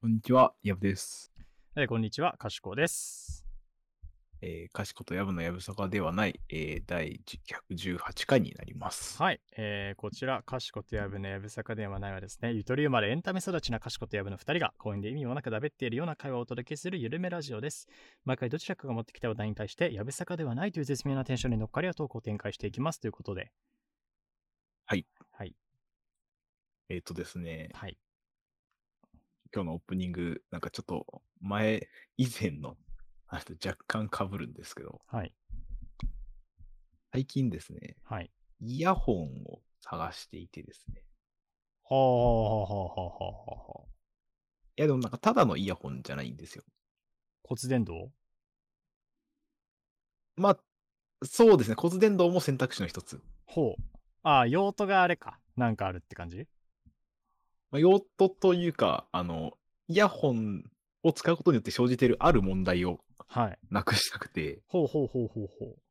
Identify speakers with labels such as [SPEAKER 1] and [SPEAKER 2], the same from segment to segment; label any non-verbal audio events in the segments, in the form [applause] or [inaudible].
[SPEAKER 1] こんにちは、やぶです。
[SPEAKER 2] えーこんにちは、かしこです。
[SPEAKER 1] えー、かしことやぶのやぶさかではない、えー、第118回になります。
[SPEAKER 2] はい、えーこちら、かしことやぶのやぶさかではないはですね、ゆとり生まれエンタメ育ちなかしことやぶの2人が公園で意味もなくだべっているような会話をお届けするゆるめラジオです。毎回どちらかが持ってきた話題に対して、やぶさかではないという絶妙なテンションに乗っかりはトークを展開していきますということで、
[SPEAKER 1] えっ、とですね、
[SPEAKER 2] はい、
[SPEAKER 1] 今日のオープニング、なんかちょっと前、以前の、あれと若干被るんですけど、
[SPEAKER 2] はい、
[SPEAKER 1] 最近ですね、
[SPEAKER 2] はい。
[SPEAKER 1] イヤホンを探していてですね。
[SPEAKER 2] ほうほうほうほうほうほうほう。
[SPEAKER 1] いや、でもなんかただのイヤホンじゃないんですよ。
[SPEAKER 2] 骨伝導
[SPEAKER 1] まあ、そうですね、骨伝導も選択肢の一つ。
[SPEAKER 2] ほう。ああ、用途があれか。なんかあるって感じ
[SPEAKER 1] まあ、用途というか、あの、イヤホンを使うことによって生じているある問題を
[SPEAKER 2] はい。
[SPEAKER 1] なくしたくて、
[SPEAKER 2] ほうほうほうほうほう。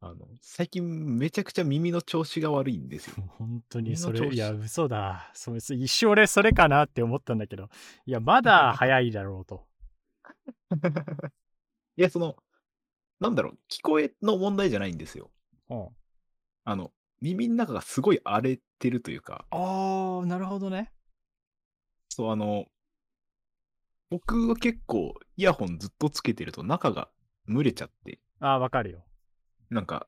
[SPEAKER 1] あの、最近めちゃくちゃ耳の調子が悪いんですよ。
[SPEAKER 2] もう本当に
[SPEAKER 1] 耳の
[SPEAKER 2] そ
[SPEAKER 1] 調
[SPEAKER 2] れ
[SPEAKER 1] 子
[SPEAKER 2] いや嘘だそれ一生俺それかなって思ったんだけどいやま [laughs] だ早いだろうと
[SPEAKER 1] いや、その、なんだろう、聞こえの問題じゃないんですよ。
[SPEAKER 2] うん
[SPEAKER 1] あの、耳の中がすごい荒れてるというか、
[SPEAKER 2] ああなるほどね
[SPEAKER 1] そう、あの、僕は結構イヤホンずっとつけてると中が蒸れちゃって、
[SPEAKER 2] あーわかるよ
[SPEAKER 1] なんか、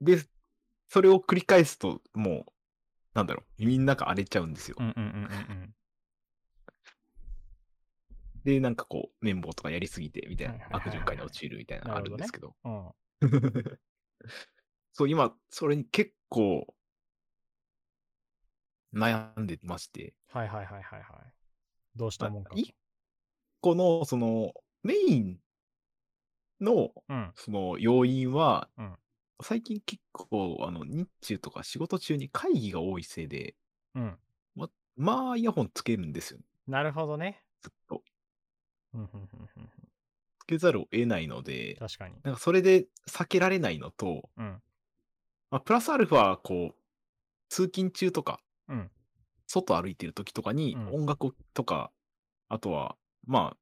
[SPEAKER 1] で、それを繰り返すと、もう、なんだろう、耳の中荒れちゃうんですよ。
[SPEAKER 2] うんうんうんうん
[SPEAKER 1] で、なんかこう、綿棒とかやりすぎて、みたいな
[SPEAKER 2] はい、はいはい
[SPEAKER 1] 悪
[SPEAKER 2] はい
[SPEAKER 1] 循環に陥るみたいなのあるんですけど、
[SPEAKER 2] うんうん
[SPEAKER 1] [laughs] そう、今、それに結構、悩んでまして、
[SPEAKER 2] はいはいはいはいはいどうしたもんか
[SPEAKER 1] まあ一この、その、メインの、
[SPEAKER 2] うん
[SPEAKER 1] その、要因は、
[SPEAKER 2] うん
[SPEAKER 1] 最近結構、あの、日中とか仕事中に会議が多いせいで、
[SPEAKER 2] うん
[SPEAKER 1] まあ、イヤホンつけるんですよ、ね、
[SPEAKER 2] なるほどね
[SPEAKER 1] ずっと。
[SPEAKER 2] うんうんうんうんうん
[SPEAKER 1] つけざるを得ないので、
[SPEAKER 2] 確かに
[SPEAKER 1] なんかそれで避けられないのと、
[SPEAKER 2] うん
[SPEAKER 1] まあ、プラスアルファ、こう、通勤中とか、
[SPEAKER 2] うん
[SPEAKER 1] 外歩いてる時とかに
[SPEAKER 2] うん
[SPEAKER 1] 音楽とか、あとは、まあ、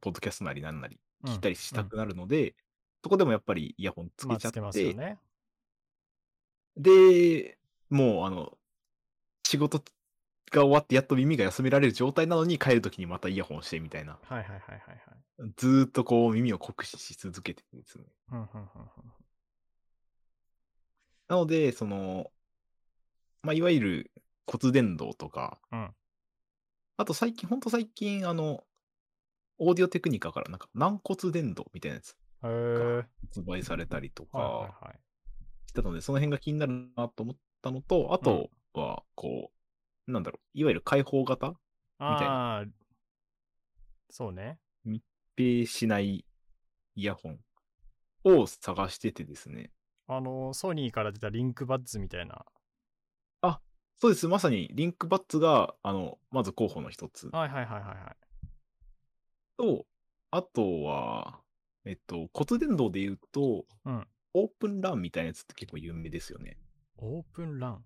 [SPEAKER 1] ポッドキャストなりなんなり聞いたりしたくなるので、そこでもやっぱりイヤホンつ
[SPEAKER 2] ま
[SPEAKER 1] け
[SPEAKER 2] あ
[SPEAKER 1] ちゃ
[SPEAKER 2] つ
[SPEAKER 1] っ
[SPEAKER 2] け
[SPEAKER 1] て、
[SPEAKER 2] ますよね
[SPEAKER 1] で、もうあの、仕事が終わってやっと耳が休められる状態なのに帰る時にまたイヤホンしてみたいな、
[SPEAKER 2] はいはいはいはいはい
[SPEAKER 1] ずーっとこう耳を酷使し続けてるんですよね。
[SPEAKER 2] うんうんうんうん
[SPEAKER 1] なので、その、まあ、いわゆる骨伝導とか、
[SPEAKER 2] うん
[SPEAKER 1] あと最近、ほんと最近、あの、オーディオテクニカからなんか軟骨伝導みたいなやつ
[SPEAKER 2] へえ
[SPEAKER 1] 発売されたりと
[SPEAKER 2] はいは
[SPEAKER 1] か
[SPEAKER 2] いはい
[SPEAKER 1] してたので、その辺が気になるなと思ったのと、あとは、こう、なんだろう、いわゆる開放型たい
[SPEAKER 2] ああーそうね
[SPEAKER 1] 密閉しないイヤホンを探しててですね。
[SPEAKER 2] あのソニーから出たリンクバッズみたいな
[SPEAKER 1] そうです、まさにリンクバッツが、あの、まず候補の一つ
[SPEAKER 2] はいはいはいはいはい
[SPEAKER 1] と、あとは、えっと、骨伝導で言うと、
[SPEAKER 2] うん
[SPEAKER 1] オープンランみたいなやつって結構有名ですよね。
[SPEAKER 2] オープンラン。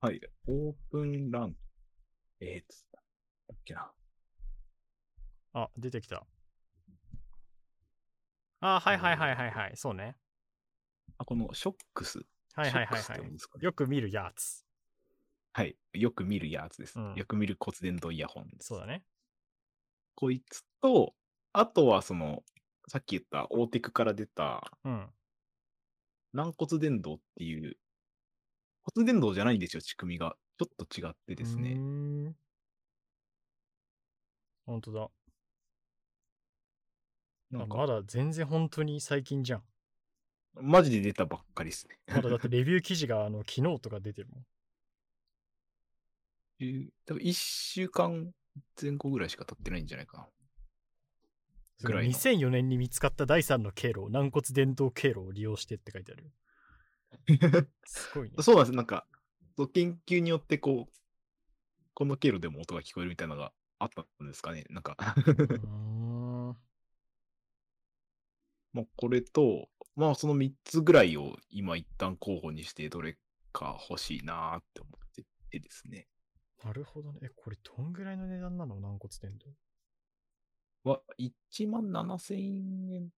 [SPEAKER 1] はい。オープンラン。えー、っと、だっけな。
[SPEAKER 2] あ、出てきた。あ、はいはいはいはいはい。そうね。
[SPEAKER 1] あ、このショックス。
[SPEAKER 2] はいはいは
[SPEAKER 1] ショック
[SPEAKER 2] い
[SPEAKER 1] ス
[SPEAKER 2] は
[SPEAKER 1] って言うん
[SPEAKER 2] い。
[SPEAKER 1] ですかね
[SPEAKER 2] よく見るやつ。
[SPEAKER 1] はい。よく見るやつです。
[SPEAKER 2] うん
[SPEAKER 1] よく見る骨伝導イヤホンです。
[SPEAKER 2] そうだね。
[SPEAKER 1] こいつと、あとはその、さっき言ったオーテクから出た
[SPEAKER 2] うん。
[SPEAKER 1] 軟骨伝導っていう、骨伝導じゃないんですよ、仕組みが。ちょっと違ってですね。
[SPEAKER 2] うーん。本当だ。
[SPEAKER 1] な
[SPEAKER 2] あ
[SPEAKER 1] ん
[SPEAKER 2] ま
[SPEAKER 1] か、
[SPEAKER 2] だ全然本当に最近じゃん。
[SPEAKER 1] マジで出たばっかりですね。
[SPEAKER 2] まだだってレビュー記事があの昨日とか出てるもん。
[SPEAKER 1] 10多分1週間前後ぐらいしか経ってないんじゃないかな。
[SPEAKER 2] それ
[SPEAKER 1] ぐらいの
[SPEAKER 2] 2004年に見つかった第3の経路、軟骨伝導経路を利用してって書いて
[SPEAKER 1] [laughs]
[SPEAKER 2] あるよ。すごいね。
[SPEAKER 1] そうなんです。なんか、そう研究によってこう、この経路でも音が聞こえるみたいなのがあったんですかね。なんか、 [laughs]
[SPEAKER 2] うーん。は
[SPEAKER 1] もうこれと、まあその3つぐらいを今一旦候補にして、どれか欲しいなーって思っててですね。
[SPEAKER 2] なるほどね。え、これどんぐらいの値段なの軟骨伝導。
[SPEAKER 1] は、1万7000円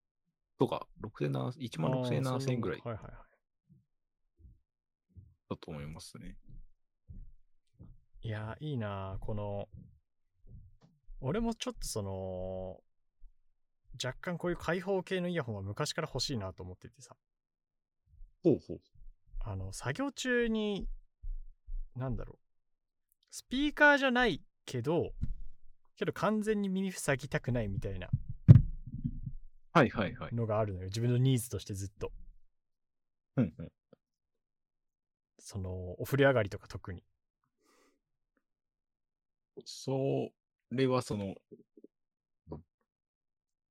[SPEAKER 1] とか、6000、1万6000円、
[SPEAKER 2] あー
[SPEAKER 1] 7000円ぐらい
[SPEAKER 2] そんなもんはいはいはい。
[SPEAKER 1] だと思いますね。
[SPEAKER 2] いやー、いいなーこの、俺もちょっとその、若干こういう開放系のイヤホンは昔から欲しいなと思っててさ、
[SPEAKER 1] ほうほう。
[SPEAKER 2] あの、作業中に、なんだろう、スピーカーじゃないけど、けど完全に耳塞ぎたくないみたいな
[SPEAKER 1] はいはいはい。
[SPEAKER 2] のがあるのよ。自分のニーズとしてずっと。
[SPEAKER 1] うんうん。
[SPEAKER 2] その、お風呂上がりとか特に。
[SPEAKER 1] それはその、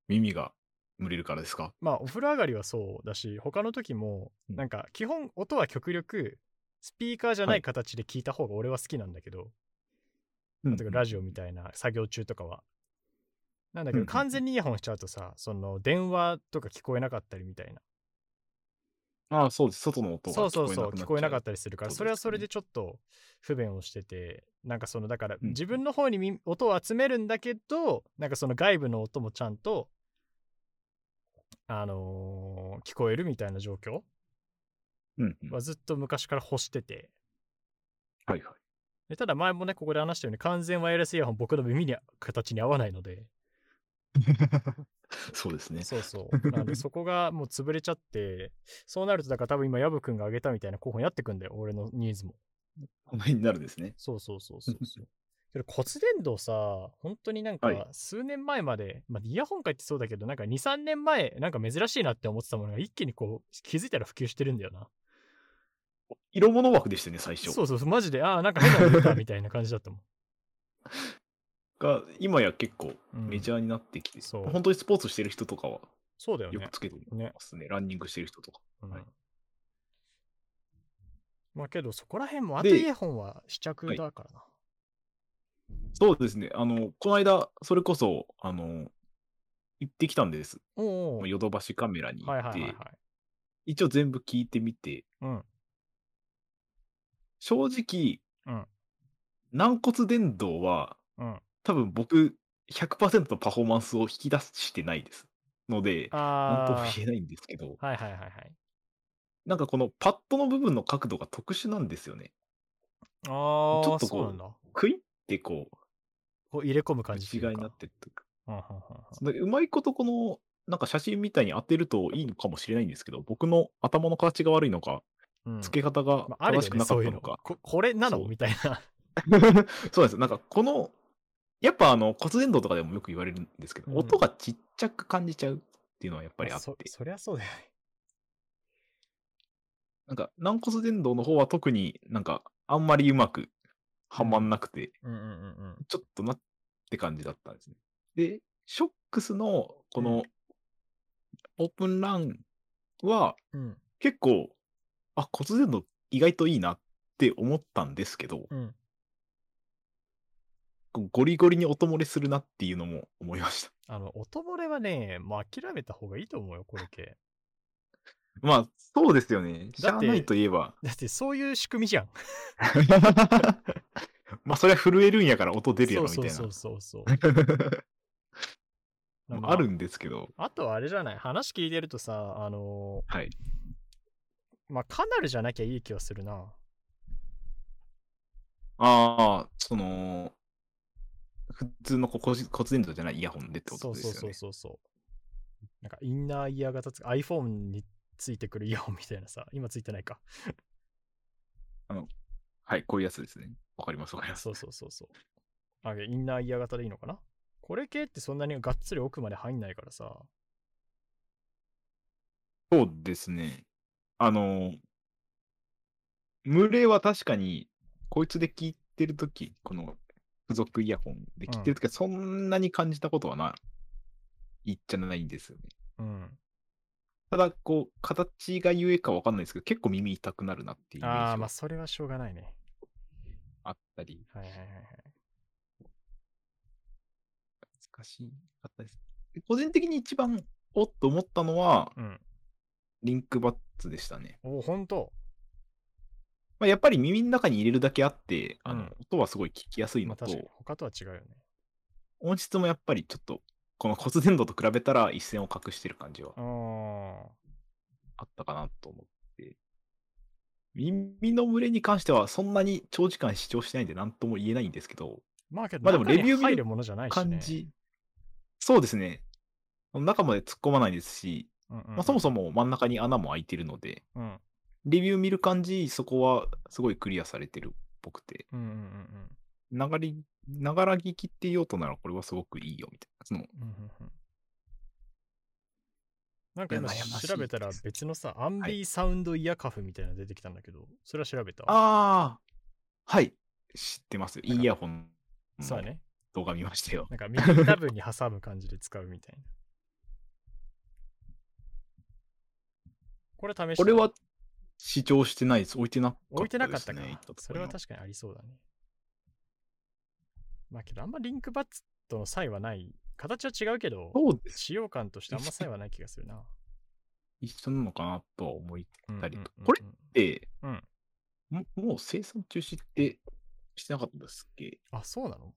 [SPEAKER 1] 耳が蒸れるからですか
[SPEAKER 2] まあお風呂上がりはそうだし他の時も
[SPEAKER 1] うん
[SPEAKER 2] なんか基本音は極力スピーカーじゃな
[SPEAKER 1] はいい
[SPEAKER 2] 形で聞いた方が俺は好きなんだけど、
[SPEAKER 1] うん
[SPEAKER 2] 例えばラジオみたいな作業中とかはなんだけ
[SPEAKER 1] うんう
[SPEAKER 2] ど
[SPEAKER 1] ん
[SPEAKER 2] 完全にイヤホンしちゃうとさその電話とか聞こえなかったりみたいな
[SPEAKER 1] ああ、そうです。外の音が
[SPEAKER 2] そうそう
[SPEAKER 1] 聞こえ
[SPEAKER 2] そ
[SPEAKER 1] な
[SPEAKER 2] う
[SPEAKER 1] くなっちゃ
[SPEAKER 2] 聞こえなかったりするから
[SPEAKER 1] そうですね
[SPEAKER 2] それはそれでちょっと不便をしててなんかそのだから
[SPEAKER 1] うん
[SPEAKER 2] 自分の方にみ音を集めるんだけどなんかその外部の音もちゃんとあのー聞こえるみたいな状況
[SPEAKER 1] うんうん。は
[SPEAKER 2] はずっと昔から欲してて
[SPEAKER 1] いはい。
[SPEAKER 2] でただ前もねここで話したように完全ワイヤレスイヤホン僕の耳に形に合わないので
[SPEAKER 1] そうですね。
[SPEAKER 2] そうそうなんでそこがもう潰れちゃってそうなるとだから多分今ヤブくんが挙げたみたいな候補になってくんだよ俺のニーズも
[SPEAKER 1] この辺になるですね。
[SPEAKER 2] そうそうそうそうそうけど骨伝導さ本当にな
[SPEAKER 1] は
[SPEAKER 2] んか
[SPEAKER 1] い
[SPEAKER 2] 数年前まで、まあ、イヤホンか言ってそうだけどなんか23年前なんか珍しいなって思ってたものが一気にこう気づいたら普及してるんだよな
[SPEAKER 1] 色物枠でしたね、最初。
[SPEAKER 2] そうそうそうマジでああなんか変なの出たみたいな感じだったもん、
[SPEAKER 1] が、今や結構
[SPEAKER 2] うん
[SPEAKER 1] メジャーになってきて、
[SPEAKER 2] そう
[SPEAKER 1] 本当にスポーツしてる人とかは
[SPEAKER 2] そうだよ
[SPEAKER 1] よ
[SPEAKER 2] ね
[SPEAKER 1] くつけて
[SPEAKER 2] ね
[SPEAKER 1] ますね。ランニングしてる人とか。
[SPEAKER 2] うん
[SPEAKER 1] はい
[SPEAKER 2] まあけどそこら辺もあと
[SPEAKER 1] で
[SPEAKER 2] イヤホンは試着だからな、
[SPEAKER 1] そうですね。あの、この間、それこそ、あの、行ってきたんです。
[SPEAKER 2] おうおう
[SPEAKER 1] ヨドバシカメラに行
[SPEAKER 2] はい
[SPEAKER 1] っ
[SPEAKER 2] はいはいはい
[SPEAKER 1] て、一応全部聞いてみて、
[SPEAKER 2] うん
[SPEAKER 1] 正直、
[SPEAKER 2] うん
[SPEAKER 1] 軟骨伝導は、
[SPEAKER 2] うん
[SPEAKER 1] 多分僕100%のパフォーマンスを引き出してないです。ので、何とも
[SPEAKER 2] あ
[SPEAKER 1] 言えないんですけど、
[SPEAKER 2] あはいはいはいはい
[SPEAKER 1] なんかこのパッドの部分の角度が特殊なんですよね。
[SPEAKER 2] ああ
[SPEAKER 1] ちょっとこう
[SPEAKER 2] そうなんだこ
[SPEAKER 1] クイッてこ
[SPEAKER 2] う入れ込む
[SPEAKER 1] う、
[SPEAKER 2] 感じ
[SPEAKER 1] 内
[SPEAKER 2] いうか
[SPEAKER 1] 側になってって
[SPEAKER 2] うんうんうんうん
[SPEAKER 1] そのうまいことこの、なんか写真みたいに当てるといいのかもしれないんですけど、僕の頭の形が悪いのか、
[SPEAKER 2] うん
[SPEAKER 1] 付け方が
[SPEAKER 2] まあ、あ
[SPEAKER 1] 正
[SPEAKER 2] るよ
[SPEAKER 1] しく
[SPEAKER 2] ね
[SPEAKER 1] なか
[SPEAKER 2] そ
[SPEAKER 1] っ
[SPEAKER 2] うい
[SPEAKER 1] た
[SPEAKER 2] う
[SPEAKER 1] の
[SPEAKER 2] の
[SPEAKER 1] か。
[SPEAKER 2] ここれなの
[SPEAKER 1] そう
[SPEAKER 2] みたいな
[SPEAKER 1] [laughs] そうなんです。なんかこの、やっぱあの骨伝導とかでもよく言われるんですけど、
[SPEAKER 2] うん
[SPEAKER 1] 音がちっちゃく感じちゃうっていうのはやっぱりあって
[SPEAKER 2] そ、そりゃそうだよね
[SPEAKER 1] なんか軟骨伝導の方は特になんかあんまりうまくはまんなくて、
[SPEAKER 2] うんうんうんうん
[SPEAKER 1] ちょっとなって感じだったんですね。で、ショックスのこ
[SPEAKER 2] う
[SPEAKER 1] のオープンランは
[SPEAKER 2] うん
[SPEAKER 1] 結構、あ、骨伝導意外といいなって思ったんですけど、
[SPEAKER 2] うん
[SPEAKER 1] こうゴリゴリに音漏れするなっていうのも思いました。
[SPEAKER 2] あの音漏れはねもう諦めた方がいいと思うよこれ系
[SPEAKER 1] まあ、そうですよね。し
[SPEAKER 2] だ
[SPEAKER 1] ゃ
[SPEAKER 2] っ
[SPEAKER 1] あ
[SPEAKER 2] て
[SPEAKER 1] ないといえば。
[SPEAKER 2] だってそういう仕組みじゃん
[SPEAKER 1] [laughs] まあ、それは震えるんやから音出るやろ、みたい
[SPEAKER 2] そう
[SPEAKER 1] な。
[SPEAKER 2] そうそうそうそう
[SPEAKER 1] [laughs]
[SPEAKER 2] [laughs] なんか
[SPEAKER 1] あるんですけど。
[SPEAKER 2] あとはあれじゃない話聞いてるとさあの
[SPEAKER 1] はい。
[SPEAKER 2] ーまあカナルじゃなきゃいい気はするな
[SPEAKER 1] ああ、その、普通のこう骨骨伝導じゃないイヤホンでってこ
[SPEAKER 2] そ
[SPEAKER 1] と
[SPEAKER 2] う
[SPEAKER 1] です
[SPEAKER 2] そ
[SPEAKER 1] よ
[SPEAKER 2] う
[SPEAKER 1] ね。
[SPEAKER 2] そうそうそうなんかインナーイヤー型つ iPhone についてくるイヤホンみたいなさ今ついてないか
[SPEAKER 1] はい、こういうやつですね。わかります、わかります。
[SPEAKER 2] そうそうそうそうあインナーイヤー型でいいのかなこれ系ってそんなにがっつり奥まで入んないからさ
[SPEAKER 1] そうですね。あの、群れは確かに、こいつで聞いてるとき、この付属イヤホンで聞いてるときは、そんなに感じたことはない、言っちゃないんですよね。
[SPEAKER 2] うん
[SPEAKER 1] ただ、こう、形がゆえかわかんないですけど、結構耳痛くなるなっていうイメージ
[SPEAKER 2] ああまあ
[SPEAKER 1] が
[SPEAKER 2] それはしょうがないね
[SPEAKER 1] あったり、
[SPEAKER 2] はいはいはいはい
[SPEAKER 1] 難しかったです。で個人的に一番、おっと思ったのは、
[SPEAKER 2] うん
[SPEAKER 1] リンクバッツでしたね。
[SPEAKER 2] おおほんと
[SPEAKER 1] まあ、やっぱり耳の中に入れるだけあって、あの
[SPEAKER 2] うん
[SPEAKER 1] 音はすごい聞きやすい
[SPEAKER 2] ま
[SPEAKER 1] のと、
[SPEAKER 2] あ、確かに他とは違うよね。
[SPEAKER 1] 音質もやっぱりちょっと、この骨伝導と比べたら一線を隠してる感じは
[SPEAKER 2] あ
[SPEAKER 1] あったかなと思って。耳の群れに関してはそんなに長時間視聴してないんで何とも言えないんですけど、
[SPEAKER 2] ーまあけど、
[SPEAKER 1] まあでも
[SPEAKER 2] 中に
[SPEAKER 1] レビュー見る
[SPEAKER 2] 入るものじゃないし、ね。
[SPEAKER 1] 感じ、そうですね。中まで突っ込まないですし、
[SPEAKER 2] うんうんうん、
[SPEAKER 1] まあ、そもそも真ん中に穴も開いてるので、
[SPEAKER 2] も。うん。
[SPEAKER 1] レビュー見る感じ、そこはすごいクリアされてるっぽくて、
[SPEAKER 2] うんうんうん
[SPEAKER 1] 流れ、ながら聞きって用途ならこれはすごくいいよみたいな。その
[SPEAKER 2] うんうんうんうん。なんか今
[SPEAKER 1] いや悩ましい
[SPEAKER 2] 調べたら別のさ、アンビーサウンドイヤーカフみたいなの出てきたんだけど、それは調べた。
[SPEAKER 1] ああ、はい、知ってます。
[SPEAKER 2] んか
[SPEAKER 1] イヤホン
[SPEAKER 2] そう
[SPEAKER 1] の
[SPEAKER 2] ね。
[SPEAKER 1] 動画見ましたよ。
[SPEAKER 2] なんか右タブに挟む感じで使うみたいな。これ試して
[SPEAKER 1] これは視聴してないです。置いてなかったです、ね。
[SPEAKER 2] 置いてなかったか
[SPEAKER 1] 行
[SPEAKER 2] ら
[SPEAKER 1] たところ
[SPEAKER 2] それは確かにありそうだね。まあけど、あんまリンクバッツとの差異はない。形は違うけど、
[SPEAKER 1] そうです。
[SPEAKER 2] 使用感としてあんま差異はない気がするな。
[SPEAKER 1] 一緒なのかなとは思いたりと。
[SPEAKER 2] うんうんうんうん
[SPEAKER 1] これって、
[SPEAKER 2] うん
[SPEAKER 1] ももう生産中止ってしてなかったですっけ
[SPEAKER 2] あ、そうなの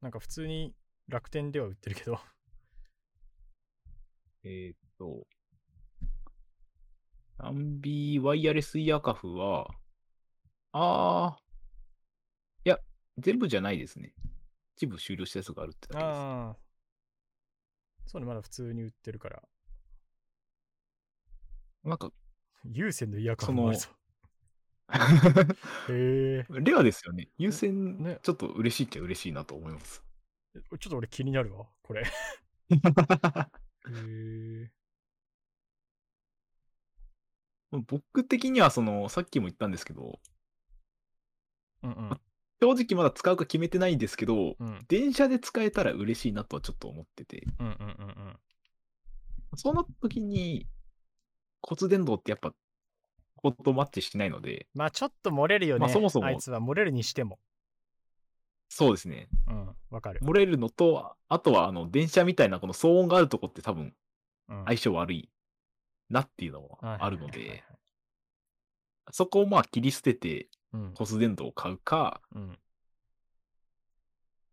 [SPEAKER 2] なんか普通に楽天では売ってるけど。
[SPEAKER 1] えーっと、アンビワイヤレスイヤーカフは、あー、いや、全部じゃないですね。一部終了したやつがあるってだけです。
[SPEAKER 2] ああ。そうね、まだ普通に売ってるから。
[SPEAKER 1] なんか、 [laughs]
[SPEAKER 2] 有線のイヤーカフもあるぞ。へ
[SPEAKER 1] レアですよね。優先、
[SPEAKER 2] ね
[SPEAKER 1] ちょっと嬉しいっちゃ嬉しいなと思い
[SPEAKER 2] [laughs]
[SPEAKER 1] ます。
[SPEAKER 2] え。ちょっと俺気になるわ、これ。へえ。
[SPEAKER 1] 僕的には、その、さっきも言ったんですけど、
[SPEAKER 2] うんうん。
[SPEAKER 1] 正直まだ使うか決めてないんですけど、
[SPEAKER 2] うん
[SPEAKER 1] 電車で使えたら嬉しいなとはちょっと思ってて、
[SPEAKER 2] うんうんうんうん。
[SPEAKER 1] そうなった時に、骨伝導ってやっぱ、こことマッチしないので、
[SPEAKER 2] まあちょっと漏れるよね。
[SPEAKER 1] まあそもそも
[SPEAKER 2] あいつは漏れるにしても。
[SPEAKER 1] そうですね。
[SPEAKER 2] うん、わかる。
[SPEAKER 1] 漏れるのと、あとは、あの、電車みたいなこの騒音があるとこって多分、
[SPEAKER 2] うん
[SPEAKER 1] 相性悪いなっていうのも
[SPEAKER 2] はいはいはいはい
[SPEAKER 1] あるので、そこをまあ切り捨てて、
[SPEAKER 2] うん
[SPEAKER 1] 骨伝導を買うか、
[SPEAKER 2] うん。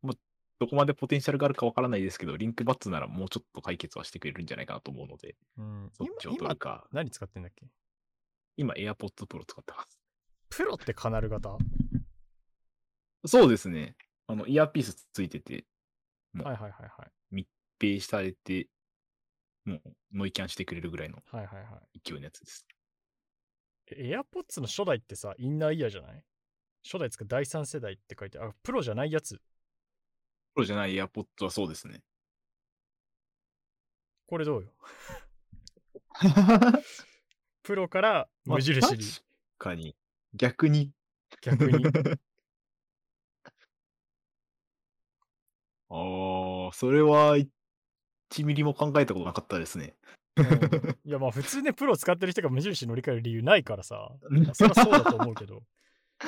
[SPEAKER 1] どこまでポテンシャルがあるかわからないですけど、リンクバッツならもうちょっと解決はしてくれるんじゃないかなと思うので、
[SPEAKER 2] うん
[SPEAKER 1] そっちを取
[SPEAKER 2] 今今
[SPEAKER 1] るか。
[SPEAKER 2] 何使ってんだっけ
[SPEAKER 1] 今、AirPods Pro 使ってます。
[SPEAKER 2] プロってカナル型は
[SPEAKER 1] そうですね。あの、イヤーピースついてて、
[SPEAKER 2] いはいはいはい。
[SPEAKER 1] ベーされて、もう、ノイキャンしてくれるぐらいの
[SPEAKER 2] はいはいはい。
[SPEAKER 1] 勢いのやつです。
[SPEAKER 2] エアポッツの初代ってさ、インナーイヤーじゃない初代つか第三世代って書いてある、あ、プロじゃないやつ。
[SPEAKER 1] プロじゃない AirPods はそうです [laughs] ね。
[SPEAKER 2] これどうよ。プロから無印
[SPEAKER 1] まあ
[SPEAKER 2] に
[SPEAKER 1] 確かに。逆に。
[SPEAKER 2] 逆 [laughs] に。
[SPEAKER 1] ああ、それは、1ミリも考えたことなかったです [laughs] ね。
[SPEAKER 2] うんいやまあ普通ね、プロ使ってる人が無印に乗り換える理由ないからさ。そりゃそうだと思うけど。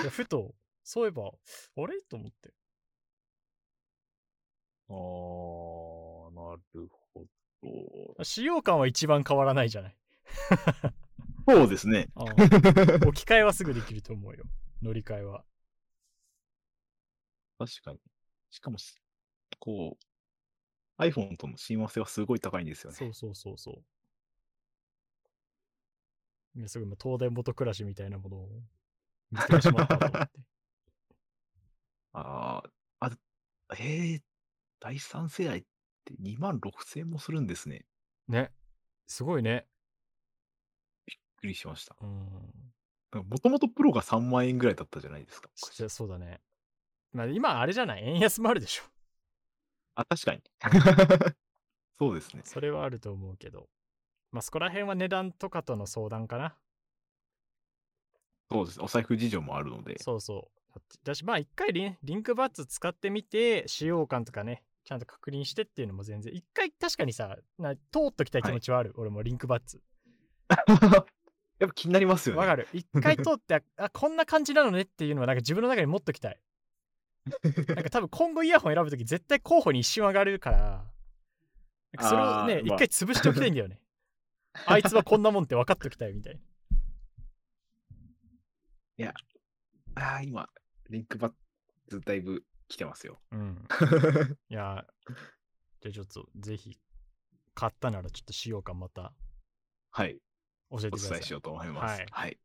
[SPEAKER 2] いやふと、そういえば、あれと思って。
[SPEAKER 1] あー、なるほど。
[SPEAKER 2] 使用感は一番変わらないじゃない。
[SPEAKER 1] そうですね。
[SPEAKER 2] [laughs] 置き換えはすぐできると思うよ。乗り換えは。
[SPEAKER 1] 確かに。しかもし、こう、iPhone との親和性はすごい高いんですよね。
[SPEAKER 2] そうそうそうそう。いやすごい、東大元暮らしみたいなものを見つけてしまったと思って。
[SPEAKER 1] ああ、あ、ええ第三世代って2万6000円もするんですね。
[SPEAKER 2] ね。すごいね。
[SPEAKER 1] びっくりしました。
[SPEAKER 2] うん。
[SPEAKER 1] もともとプロが3万円ぐらいだったじゃないですか。
[SPEAKER 2] じゃそうだね。まあ今あれじゃない円安もあるでしょ。 [laughs]
[SPEAKER 1] あ、確かに。 [laughs] そうですね。
[SPEAKER 2] それはあると思うけど。まあそこら辺は値段とかとの相談かな。
[SPEAKER 1] そうです。お財布事情もある [laughs] ので。
[SPEAKER 2] そうそう。だってだし、まあ一回リンリンクバッツ使ってみて、使用感とかね、ちゃんと確認してっていうのも全然、一回確かにさ、な通っときたい気持ちはある、俺もリンクバッツ。
[SPEAKER 1] やっぱ気になりますよね。
[SPEAKER 2] わかる。一回通って、あ [laughs] あ、こんな感じなのねっていうのは、なんか自分の中に持っときたい。なんか多分今後イヤホン選ぶとき、絶対候補に一瞬上がるから、なんかそれをね
[SPEAKER 1] あ、ー
[SPEAKER 2] 一
[SPEAKER 1] まあ
[SPEAKER 2] 回潰しておきたいんだ
[SPEAKER 1] [laughs]
[SPEAKER 2] よね。あいつはこんなもんって分かっときたいみたいな。
[SPEAKER 1] ああ、今、リンクバッツだいぶ来てますよ。 [laughs]
[SPEAKER 2] うん。いや、じゃあちょっとぜひ、買ったならちょっと使用感また
[SPEAKER 1] はい。
[SPEAKER 2] 教えて
[SPEAKER 1] お
[SPEAKER 2] ください。
[SPEAKER 1] 伝えしようと思います。
[SPEAKER 2] はい
[SPEAKER 1] はい。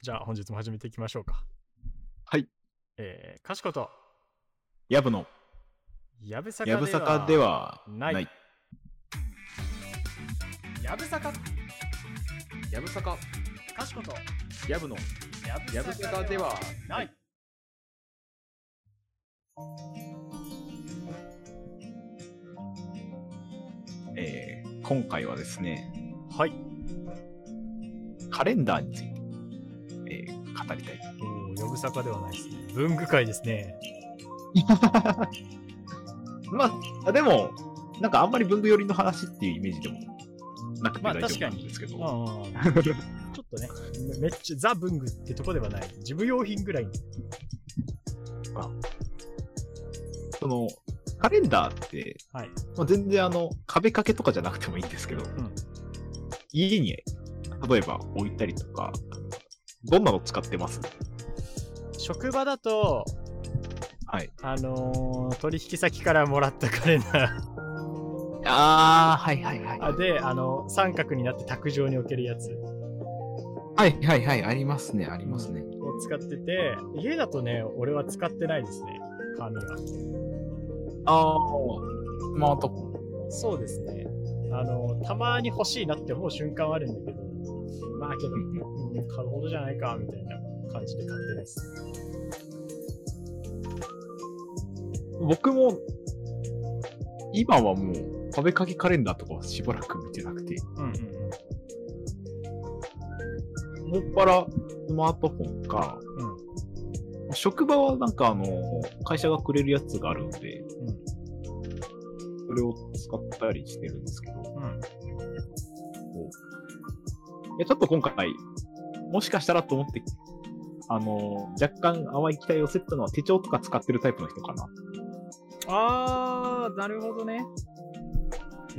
[SPEAKER 2] じゃあ本日も始めていきましょうか。
[SPEAKER 1] はい。
[SPEAKER 2] えー、かしこと、
[SPEAKER 1] やぶの、
[SPEAKER 2] やぶさかで
[SPEAKER 1] や
[SPEAKER 2] は
[SPEAKER 1] ぶさかでは
[SPEAKER 2] ない
[SPEAKER 1] ない。
[SPEAKER 2] やぶさか、
[SPEAKER 1] やぶさか、
[SPEAKER 2] かしこと、
[SPEAKER 1] やぶの、
[SPEAKER 2] や
[SPEAKER 1] やぶさかでは
[SPEAKER 2] ない。
[SPEAKER 1] えー今回はですね、
[SPEAKER 2] はい。
[SPEAKER 1] カレンダーについて、えー語りたい。
[SPEAKER 2] おーやぶさかではないですね。文具界ですね。
[SPEAKER 1] まあ、でも、なんかあんまり文具寄りの話っていうイメージでもなくて
[SPEAKER 2] まあ
[SPEAKER 1] 大丈
[SPEAKER 2] 確
[SPEAKER 1] 夫な
[SPEAKER 2] か
[SPEAKER 1] ん
[SPEAKER 2] に。
[SPEAKER 1] ですけど、
[SPEAKER 2] うんうんうんちょっとね、めめっちゃザ・文具ってとこではない。事務用品ぐらいの。
[SPEAKER 1] その、カレンダーって、
[SPEAKER 2] はい。
[SPEAKER 1] まあ、全然あの、壁掛けとかじゃなくてもいいんですけど、
[SPEAKER 2] ん
[SPEAKER 1] 家に、例えば置いたりとか、どんなの使ってます
[SPEAKER 2] 職場だと、
[SPEAKER 1] はい。
[SPEAKER 2] あのー取引先からもらったカレンダー
[SPEAKER 1] ああ、はいはいは
[SPEAKER 2] [laughs] あで、あの三角になって卓上に置けるやつ
[SPEAKER 1] はいはいはい、ありますね、あり
[SPEAKER 2] ますね。を使ってて、家だとね、俺は使ってないですね、紙は。
[SPEAKER 1] ああ、スマートフォン。
[SPEAKER 2] そうですね。あのたまに欲しいなって思う瞬間はあるんだけど、まあけど、うん買うほどじゃないか、みたいな感じで買ってないです。
[SPEAKER 1] 僕も、今はもう、壁掛けカレンダーとかはしばらく見てなくて、
[SPEAKER 2] うんうんうん。
[SPEAKER 1] もっぱらスマートフォンか、職場はなんかあの、会社がくれるやつがあるので、それを使ったりしてるんですけど、
[SPEAKER 2] うんうん
[SPEAKER 1] いやちょっと今回、もしかしたらと思って、あの、若干淡い期待をせったのは手帳とか使ってるタイプの人かな。
[SPEAKER 2] あー、なるほどね。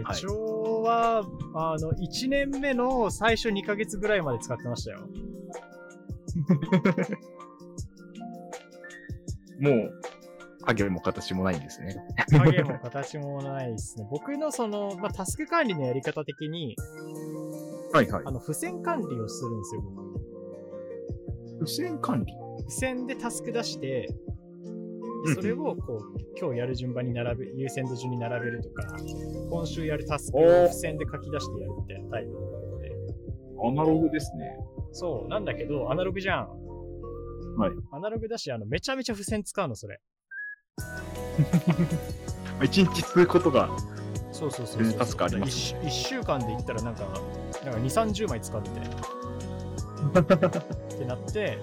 [SPEAKER 1] はい
[SPEAKER 2] 手帳は、あの、1年目の最初2ヶ月ぐらいまで使ってました [laughs] よ。
[SPEAKER 1] もう、影も形もないんですね。
[SPEAKER 2] 影も形もないですね。僕のその、まあ、タスク管理のやり方的に、
[SPEAKER 1] はいはい
[SPEAKER 2] あ。の、付箋管理をするんですよ、僕。
[SPEAKER 1] 付箋管理
[SPEAKER 2] 付箋でタスク出して
[SPEAKER 1] うんう、ん
[SPEAKER 2] それをこう、今日やる順番に並べ、優先度順に並べるとか、今週やるタスクを
[SPEAKER 1] おー
[SPEAKER 2] 付箋で書き出してやるみたいなタイプので。
[SPEAKER 1] アナログですね。
[SPEAKER 2] そう、なんだけど、アナログじゃん。
[SPEAKER 1] はい。
[SPEAKER 2] アナログだし、あの、めちゃめちゃ付箋使うの、それ。
[SPEAKER 1] 一日することが、
[SPEAKER 2] そうそう。
[SPEAKER 1] そうそうタスクあります
[SPEAKER 2] 1, 週間で言ったら、なんか、なんか2、30枚使うみたい
[SPEAKER 1] [laughs]
[SPEAKER 2] な。ってなって、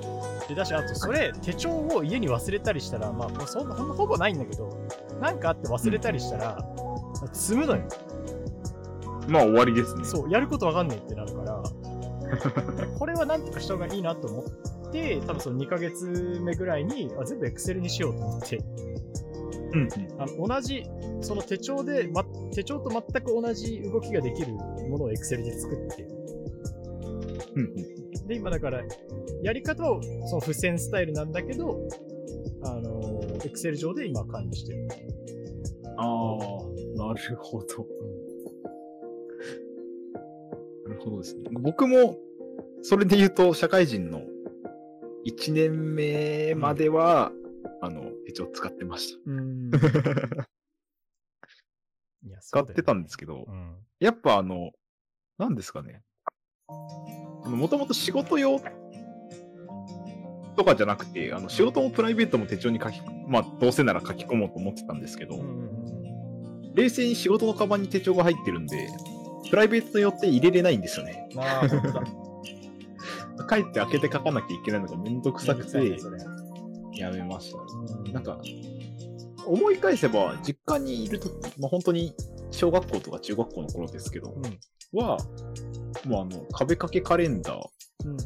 [SPEAKER 2] で、だし、あと、それ、手帳を家に忘れたりしたら、まあ、もうそんな、ほんほぼないんだけど、なんかあって忘れたりしたら、積むのよ。
[SPEAKER 1] まあ終わりですね。
[SPEAKER 2] そう、やることわかんないってなるから、これはなんとかした方がいいなと思って、多分その2ヶ月目ぐらいに、あ全部 Excel にしようと思って、
[SPEAKER 1] うんうん。
[SPEAKER 2] あの同じ、その手帳で、ま、手帳と全く同じ動きができるものを Excel で作って、
[SPEAKER 1] うんうん。
[SPEAKER 2] で、今だから、やり方を、その付箋スタイルなんだけど、あのー、Excel 上で今管理してる。
[SPEAKER 1] ああ、なるほど。なるほどですね。僕も、それで言うと、社会人の1年目までは、あの、一応使ってまし
[SPEAKER 2] うん。
[SPEAKER 1] た。
[SPEAKER 2] いや、
[SPEAKER 1] 使ってたんです
[SPEAKER 2] け
[SPEAKER 1] けど、
[SPEAKER 2] ど。うん。
[SPEAKER 1] やっぱあの、なんですかね。もともと仕事用とかじゃなくて、あの仕事もプライベートも手帳に書き、まあどうせなら書き込もうと思ってたんですけど、冷静に仕事のカバンに手帳が入ってるんで、プライベートによって入れれないんですよね。
[SPEAKER 2] まあ、本
[SPEAKER 1] [laughs]
[SPEAKER 2] 当だ。
[SPEAKER 1] 帰って開けて書かなきゃいけないのがめんどくさく
[SPEAKER 2] めんど
[SPEAKER 1] て
[SPEAKER 2] く、さいねそ
[SPEAKER 1] やめました。
[SPEAKER 2] れ
[SPEAKER 1] なんか、思い返せば、実家にいるとき、まあ、本当に小学校とか中学校の頃ですけど、は、もうあの、壁掛けカレンダー
[SPEAKER 2] うん。うん。
[SPEAKER 1] だ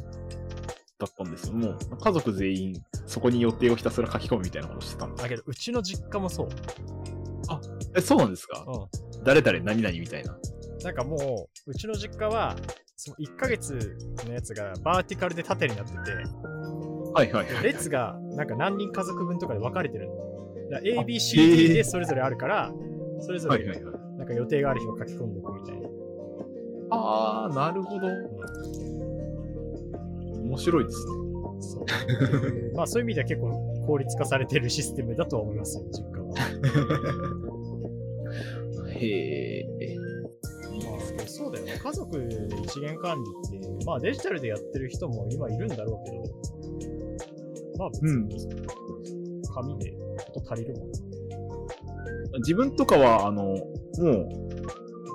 [SPEAKER 1] ったんですよ。もう、家族全員、そこに予定をひたすら書き込むみたいなことをしてたんです
[SPEAKER 2] だけど、うちの実家もそう。
[SPEAKER 1] え、そうなんですか
[SPEAKER 2] う
[SPEAKER 1] 誰々何々みたいな。
[SPEAKER 2] ん。なんかもう、うちの実家は、その1ヶ月のやつがバーティカルで縦になってて、
[SPEAKER 1] はいはいはい。
[SPEAKER 2] 列がなんか何人家族分とかで分かれてるのだから ABCD でそれぞれあるから、それぞ
[SPEAKER 1] はい
[SPEAKER 2] れ
[SPEAKER 1] はいはい。
[SPEAKER 2] なんか予定がある日を書き込んでおくみたいな。
[SPEAKER 1] ああ、なるほど。面白いですね。 [laughs]
[SPEAKER 2] そうまあそういう意味では結構効率化されてるシステムだとは思いますよ、実家は。
[SPEAKER 1] へえ。
[SPEAKER 2] まあ、そうだよね。家族で一元管理って、まあデジタルでやってる人も今いるんだろうけど、まあ別に紙でこと足りるもん。
[SPEAKER 1] 自分とかは、あの、もう、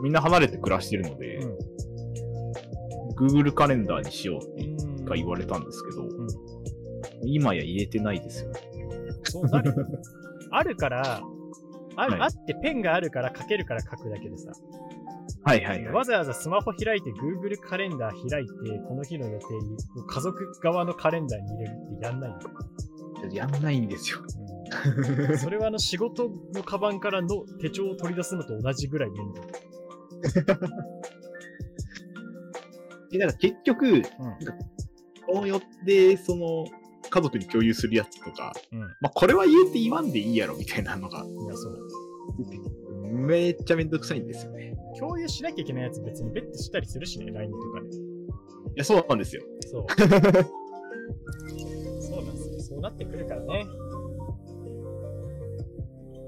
[SPEAKER 1] みんな離れて暮らしてるので、
[SPEAKER 2] うん
[SPEAKER 1] Google カレンダーにしようって
[SPEAKER 2] うん
[SPEAKER 1] 一回言われたんですけど、
[SPEAKER 2] ん
[SPEAKER 1] 今や言えてないですよね。
[SPEAKER 2] そうなるよあるから、ある、
[SPEAKER 1] はい
[SPEAKER 2] あってペンがあるから書けるから書くだけでさ、
[SPEAKER 1] はいはいはい。
[SPEAKER 2] わざわざスマホ開いて Google カレンダー開いて、この日の予定を家族側のカレンダーに入れるってや
[SPEAKER 1] [laughs]
[SPEAKER 2] んないよ。
[SPEAKER 1] やんないんですよ。
[SPEAKER 2] それはあの仕事のカバンからの手帳を取り出すのと同じぐらい面倒。
[SPEAKER 1] え、だから結局、このよって、その、家族に共有するやつとか、
[SPEAKER 2] うん
[SPEAKER 1] まあ、これは言うて言わんでいいやろみたいなのが、
[SPEAKER 2] いや、そう。
[SPEAKER 1] めっちゃめんどくさいんですよね。
[SPEAKER 2] 共有しなきゃいけないやつ別にベッドしたりするしね、LINE とかで。
[SPEAKER 1] いや、そうなんですよ。
[SPEAKER 2] そう。 [laughs] そうなんですよ。そうなってくるからね。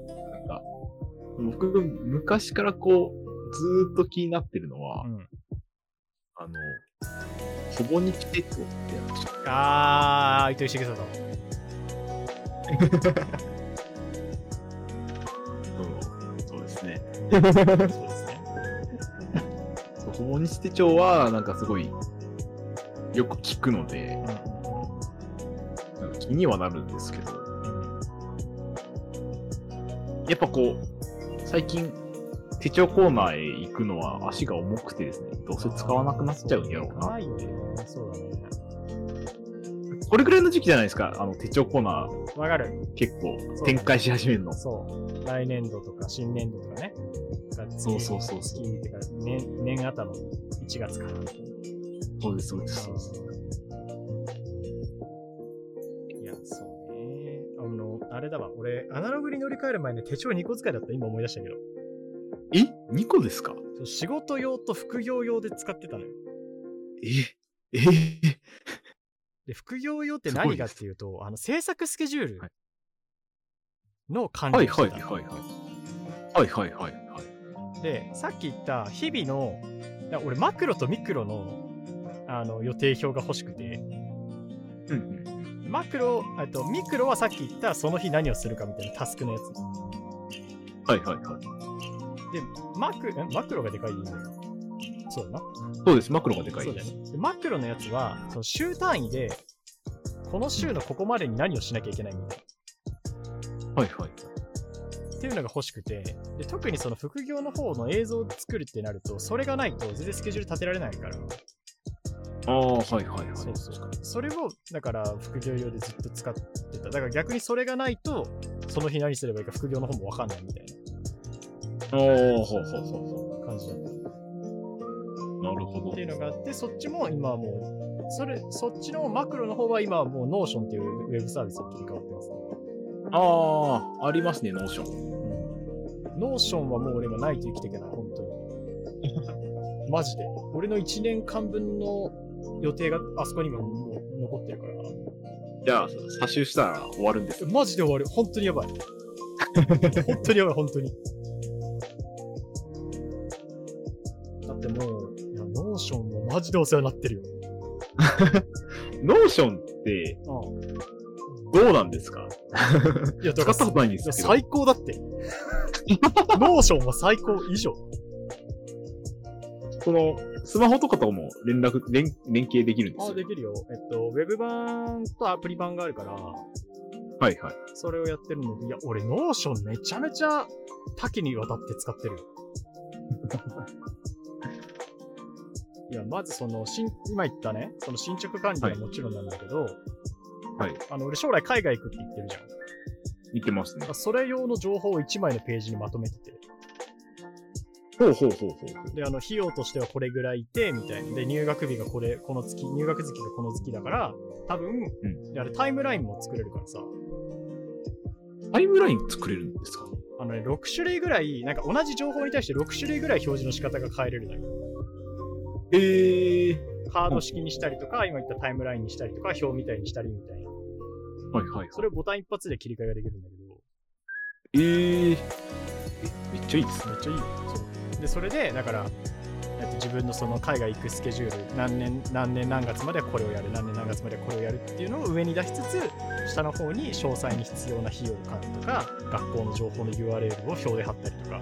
[SPEAKER 1] なんか、僕、昔からこう、ずーっと気になってるのは、
[SPEAKER 2] ん。
[SPEAKER 1] あの、ほぼ日手帳ってやつ。
[SPEAKER 2] あー、糸井重里。
[SPEAKER 1] うん、そうですね。
[SPEAKER 2] そうですね。
[SPEAKER 1] そうほぼ日手帳は、なんかすごい、よく聞くので、なんか気にはなるんですけど、やっぱこう、最近、手帳コーナーへ行くのは足が重くてですね、どうせ使わなくなっちゃうんやろう
[SPEAKER 2] 使わ
[SPEAKER 1] な。
[SPEAKER 2] ないよね。そうだね。
[SPEAKER 1] これくらいの時期じゃないですか、あの手帳コーナー
[SPEAKER 2] わかる。
[SPEAKER 1] 結構展開し始めるの。
[SPEAKER 2] そう。来年度とか新年度とかね。月
[SPEAKER 1] そうそうそうそう
[SPEAKER 2] 月ってか年、年頭の1月から。
[SPEAKER 1] そうです、そうです。
[SPEAKER 2] いや、そうね。あの、あれだわ。俺、アナログに乗り換える前に手帳2個使いだった。今思い出したけど。
[SPEAKER 1] え ?2 個ですか
[SPEAKER 2] そう仕事用と副業用で使ってたのよ。
[SPEAKER 1] ええ
[SPEAKER 2] で、副業用って
[SPEAKER 1] すご
[SPEAKER 2] 何
[SPEAKER 1] い
[SPEAKER 2] か
[SPEAKER 1] で
[SPEAKER 2] っ
[SPEAKER 1] す
[SPEAKER 2] ていうと、あの、制作スケジュール
[SPEAKER 1] はい
[SPEAKER 2] の管
[SPEAKER 1] は
[SPEAKER 2] 理
[SPEAKER 1] い
[SPEAKER 2] をして
[SPEAKER 1] は
[SPEAKER 2] た
[SPEAKER 1] いはいはい。はいはいはいはい。
[SPEAKER 2] で、さっき言った日々の、だから俺、マクロとミクロの、あの、予定表が欲しくて、
[SPEAKER 1] うん
[SPEAKER 2] マクロ、えっと、ミクロはさっき言った、その日何をするかみたいなタスクのやつ。
[SPEAKER 1] うん。はいはいはい。
[SPEAKER 2] で、マク、んマクロがでかいんだよ。そうだな。
[SPEAKER 1] そうです、マクロがでかい
[SPEAKER 2] そうだ
[SPEAKER 1] で
[SPEAKER 2] よ
[SPEAKER 1] す。
[SPEAKER 2] ね。でマクロのやつは、その週単位で、この週のここまでに何をしなきゃいけないみたい
[SPEAKER 1] はいはい。
[SPEAKER 2] な。っていうのが欲しくて、で特にその副業の方の映像を作るってなると、それがないと全然スケジュール立てられないから、
[SPEAKER 1] ああ、はいはいはい。
[SPEAKER 2] そうそうそれを、だから副業用でずっと使ってた。だから逆にそれがないと、その日何すればいいか副業の方もわかんないみたい
[SPEAKER 1] ああ、ほうほうほうほ
[SPEAKER 2] な感じだった。
[SPEAKER 1] う。なるほど
[SPEAKER 2] っていうのがあって、そっちも今はもう、それ、そっちのマクロの方は今はもう Notion っていうウェブサービスに切り替わってますね。
[SPEAKER 1] ああ、ありますね、ノーション。
[SPEAKER 2] ノーションはもう俺はないと生きていけない、本当に。
[SPEAKER 1] [laughs]
[SPEAKER 2] マジで。俺の1年間分の予定があそこにももう残ってるから。
[SPEAKER 1] じゃあ、差ししたら終わるんです。
[SPEAKER 2] マジで終わる。本当に
[SPEAKER 1] [laughs]
[SPEAKER 2] やばい。本当にやばい、本当に。だってもう、いや、ノーションはマジでお世話になってるよ。
[SPEAKER 1] ノーションってどうなんですか
[SPEAKER 2] いや、だ
[SPEAKER 1] 使 [laughs]
[SPEAKER 2] か
[SPEAKER 1] ったこ
[SPEAKER 2] ら
[SPEAKER 1] とないんですけど。
[SPEAKER 2] 最高
[SPEAKER 1] [laughs]
[SPEAKER 2] だって。ノーションは最高以上。
[SPEAKER 1] この、スマホとかとも連絡、連、連携できるんです
[SPEAKER 2] あ、
[SPEAKER 1] よ。
[SPEAKER 2] できるよ。えっと、ウェブ版とアプリ版があるから、
[SPEAKER 1] はいはい。
[SPEAKER 2] それをやってるので、いや、俺、ノーションめちゃめちゃ多岐にわたって使ってるよ。 [laughs] いや、まずその、新今言ったね、その進捗管理は
[SPEAKER 1] はい
[SPEAKER 2] もちろんなんだけど、
[SPEAKER 1] はい
[SPEAKER 2] あの、俺将来海外行くって言ってるじゃん。だか
[SPEAKER 1] 言ってますね
[SPEAKER 2] ら。それ用の情報を1枚のページにまとめてて、
[SPEAKER 1] ほうほうほうほう。
[SPEAKER 2] で、あの、費用としてはこれぐらいで、みたいな。で、入学日がこれ、この月、入学月がこの月だから、多分、
[SPEAKER 1] う
[SPEAKER 2] であれタイムラインも作れるからさ、
[SPEAKER 1] タイムライン作れるんですか
[SPEAKER 2] あのね、6種類ぐらい、なんか同じ情報に対して6種類ぐらい表示の仕方が変えれるのよ。
[SPEAKER 1] えー、
[SPEAKER 2] カード式にしたりとか、今言ったタイムラインにしたりとか、表みたいにしたりみたいな。
[SPEAKER 1] はいはいはい。
[SPEAKER 2] それをボタン一発で切り替えができるんだけど、
[SPEAKER 1] えー、えめっちゃいいですね。
[SPEAKER 2] めっちゃいいよそうでそれでだから、えっと、自分のその海外行くスケジュール何年何年何月まではこれをやる何年何月まではこれをやるっていうのを上に出しつつ下の方に詳細に必要な費用感とか学校の情報の URL を表で貼ったりとかっ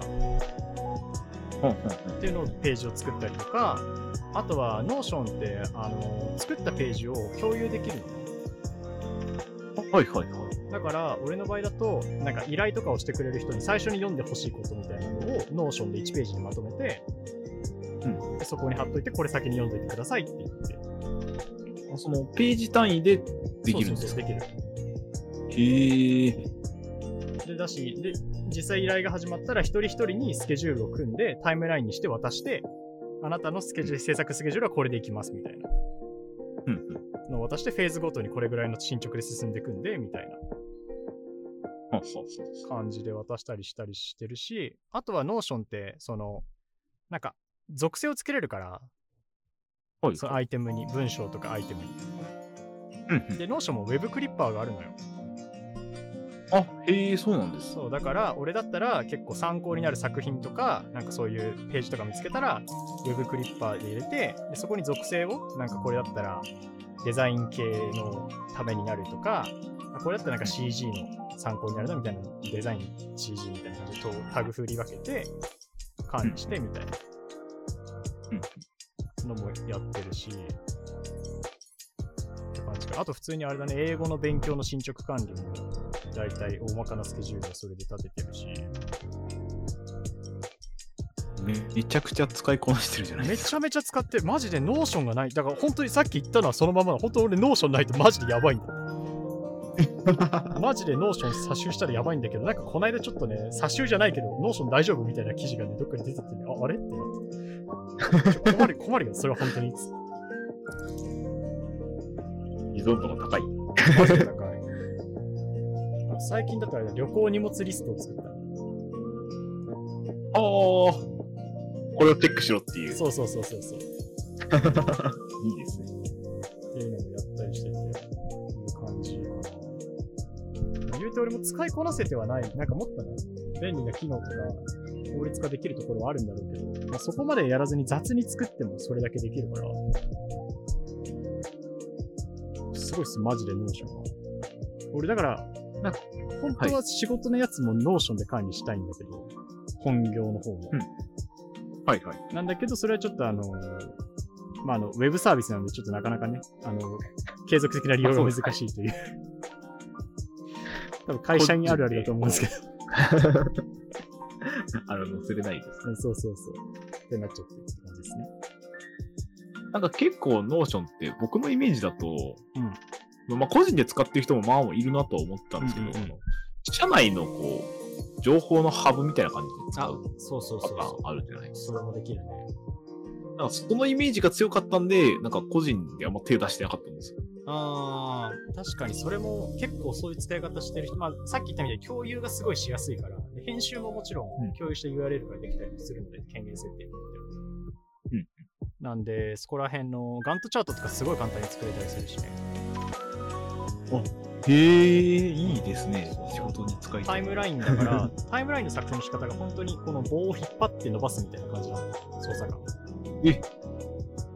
[SPEAKER 1] うんうんうん
[SPEAKER 2] ていうのをページを作ったりとかあとは Notion ってあの作ったページを共有できるの
[SPEAKER 1] はいはいはい。
[SPEAKER 2] だから俺の場合だとなんか依頼とかをしてくれる人に最初に読んでほしいことみたいなのを Notion で1ページにまとめて、
[SPEAKER 1] う
[SPEAKER 2] でそこに貼っといてこれ先に読んどいてくださいって言って
[SPEAKER 1] そのページ単位でできるん
[SPEAKER 2] そう
[SPEAKER 1] です
[SPEAKER 2] そうそ
[SPEAKER 1] か
[SPEAKER 2] うできる
[SPEAKER 1] へえ。
[SPEAKER 2] でだしで実際依頼が始まったら一人一人にスケジュールを組んでタイムラインにして渡してあなたのスケジュール制作スケジュールはこれでいきますみたいな
[SPEAKER 1] うんうん。
[SPEAKER 2] のを渡してフェーズごとにこれぐらいの進捗で進んでいくんでみたいな
[SPEAKER 1] ははは
[SPEAKER 2] 感じで渡したりしたりしてるしあとは Notion ってそのなんか属性をつけれるから
[SPEAKER 1] はい。
[SPEAKER 2] そのアイテムに文章とかアイテム
[SPEAKER 1] うんう
[SPEAKER 2] に
[SPEAKER 1] ん
[SPEAKER 2] で Notion も Web クリッパーがあるのよ
[SPEAKER 1] あ、へえ、そうなんです。
[SPEAKER 2] そうだから俺だったら結構参考になる作品とかなんかそういうページとか見つけたら Web クリッパーで入れてでそこに属性をなんかこれだったらデザイン系のためになるとかあこれだったらなんか CG の参考になるなみたいなデザイン CG みたいな感じでタグ振り分けて管理してみたいなのもやってるしって感じかあと普通にあれだね英語の勉強の進捗管理も大体大まかなスケジュールをそれで立ててるし
[SPEAKER 1] めめちゃくちゃ使いこなしてるじゃないで
[SPEAKER 2] [laughs] め
[SPEAKER 1] すか。
[SPEAKER 2] ちゃめちゃ使ってるマジでノーションがないだから本当にさっき言ったのはそのままだ本当俺ノーションないとマジでやばいんだマジでノーション差集したらやばいんだけどなんかこの間ちょっとね差集じゃないけどノーション大丈夫みたいな記事がねどっかに出ててねああれってなって困る困るよそれは本当に
[SPEAKER 1] 依存度が高い。
[SPEAKER 2] 最近だったらね旅行荷物リストを作った
[SPEAKER 1] ああ、これをチェックしろっていう。
[SPEAKER 2] そうそうそうそうそう
[SPEAKER 1] いいですね。
[SPEAKER 2] っていうのもやったりしてて、いう感じかな。言うて俺も使いこなせてはない、なんかもっとね、便利な機能とか効率化できるところはあるんだろうけど、まあ、そこまでやらずに雑に作ってもそれだけできるから、すごいっす、マジでノーションは。俺だから、なんか、本当は仕事のやつもノーションで管理したいんだけど、本業の方も。
[SPEAKER 1] はいはい。
[SPEAKER 2] なんだけど、それはちょっとあの、まあ、あの、ウェブサービスなので、ちょっとなかなかね、あの、継続的な利用が難しいという。多分会社にあるあるだと思うんですけど、
[SPEAKER 1] あの、載せれないです。
[SPEAKER 2] そうそうそう。ってなっちゃってるって感じですね。
[SPEAKER 1] なんか結構、ノーションって僕のイメージだと、
[SPEAKER 2] うん
[SPEAKER 1] まあ個人で使ってる人もまあまあいるなとは思ったんですけど、
[SPEAKER 2] うんうんうん
[SPEAKER 1] あの社内のこう、情報のハブみたいな感じで使う
[SPEAKER 2] そうそう
[SPEAKER 1] パターンあるじゃないです
[SPEAKER 2] それもできるね。
[SPEAKER 1] か。なんかそのイメージが強かったんで、なんか個人であんま手出してなかったんですよ。
[SPEAKER 2] ああ、確かにそれも結構そういう使い方してる人、まあ、さっき言ったみたいに共有がすごいしやすいから、で編集ももちろ
[SPEAKER 1] うん
[SPEAKER 2] ん共有して URL ができたりもするので、権限設定も
[SPEAKER 1] う
[SPEAKER 2] で
[SPEAKER 1] ん
[SPEAKER 2] きたりなんで、そこら辺のガントチャートとかすごい簡単に作れたりするしね。
[SPEAKER 1] へえ、いいですね。仕事に使い
[SPEAKER 2] タ
[SPEAKER 1] た
[SPEAKER 2] イ
[SPEAKER 1] い。
[SPEAKER 2] ムラインだ
[SPEAKER 1] [laughs]
[SPEAKER 2] から、タイムラインの作成の仕方が本当にこの棒を引っ張って伸ばすみたいな感じなんだ、操作が。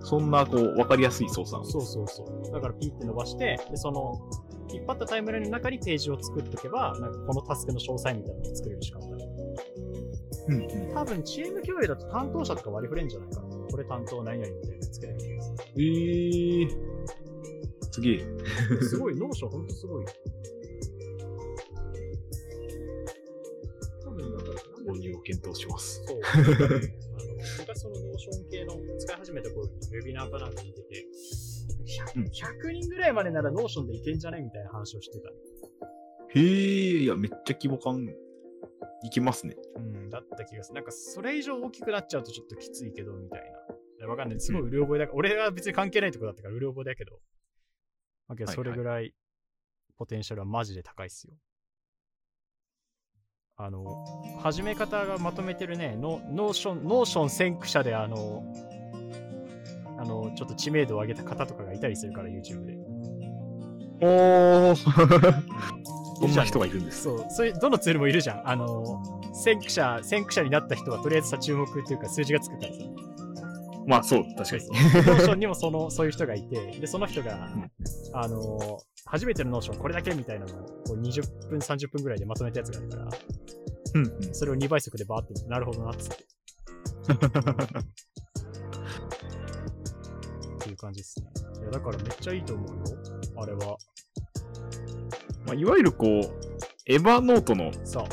[SPEAKER 1] そんな、こう、わかりやすい操作。
[SPEAKER 2] そうそうそう。だからピーって伸ばして、で、その、引っ張ったタイムラインの中にページを作っとけば、なんかこのタスクの詳細みたいなのを作れるしかない。
[SPEAKER 1] うんうん。
[SPEAKER 2] 多分チーム共有だと担当者とか割り振れんじゃないかな。これ担当何々みたいなのつけてる気がす
[SPEAKER 1] えー、すげえ。
[SPEAKER 2] る。すごい、ノーションほんとすごい。多分だから、な
[SPEAKER 1] 購
[SPEAKER 2] んで
[SPEAKER 1] 入を検討します。
[SPEAKER 2] そう。あの昔そのノーション系の使い始めた頃にウェビナーかなんか見てて、
[SPEAKER 1] うん
[SPEAKER 2] 100, 人ぐらいまでならノーションでいけんじゃねみたいな話をしてた。
[SPEAKER 1] へえ、いや、めっちゃ規模感、いきますね。
[SPEAKER 2] うん、だった気がする。なんかそれ以上大きくなっちゃうとちょっときついけど、みたいな。いやわかんない。すごい、うる覚えだから、俺は別に関係ないとこだったから、うる覚えだけど、まあ、けど
[SPEAKER 1] はい
[SPEAKER 2] それぐらいポテンシャルはマジで高いっすよ。あの、始め方がまとめてるね、ノノーション、ノーション先駆者であの、あの、ちょっと知名度を上げた方とかがいたりするから、YouTube で。
[SPEAKER 1] おー
[SPEAKER 2] い
[SPEAKER 1] そ
[SPEAKER 2] る
[SPEAKER 1] ん
[SPEAKER 2] じ
[SPEAKER 1] な
[SPEAKER 2] ゃ
[SPEAKER 1] ん人がいるんです。
[SPEAKER 2] そう、そういう、どのツールもいるじゃん。あの、先駆者、先駆者になった人は、とりあえずさ、注目っていうか、数字がつくからさ。
[SPEAKER 1] [laughs] まあそう、確かに。
[SPEAKER 2] そうそうノーションにもその、そういう人がいて、で、その人が
[SPEAKER 1] ん、
[SPEAKER 2] あの、初めてのノーションこれだけみたいなのをこう20分、30分ぐらいでまとめたやつがあるから、
[SPEAKER 1] うんうん
[SPEAKER 2] それを2倍速でバーって、なるほどなっつって、っていう感じですね。いや、だからめっちゃいいと思うよ。あれは。
[SPEAKER 1] [laughs] まあ、いわゆるこう、エヴァノートの
[SPEAKER 2] そう。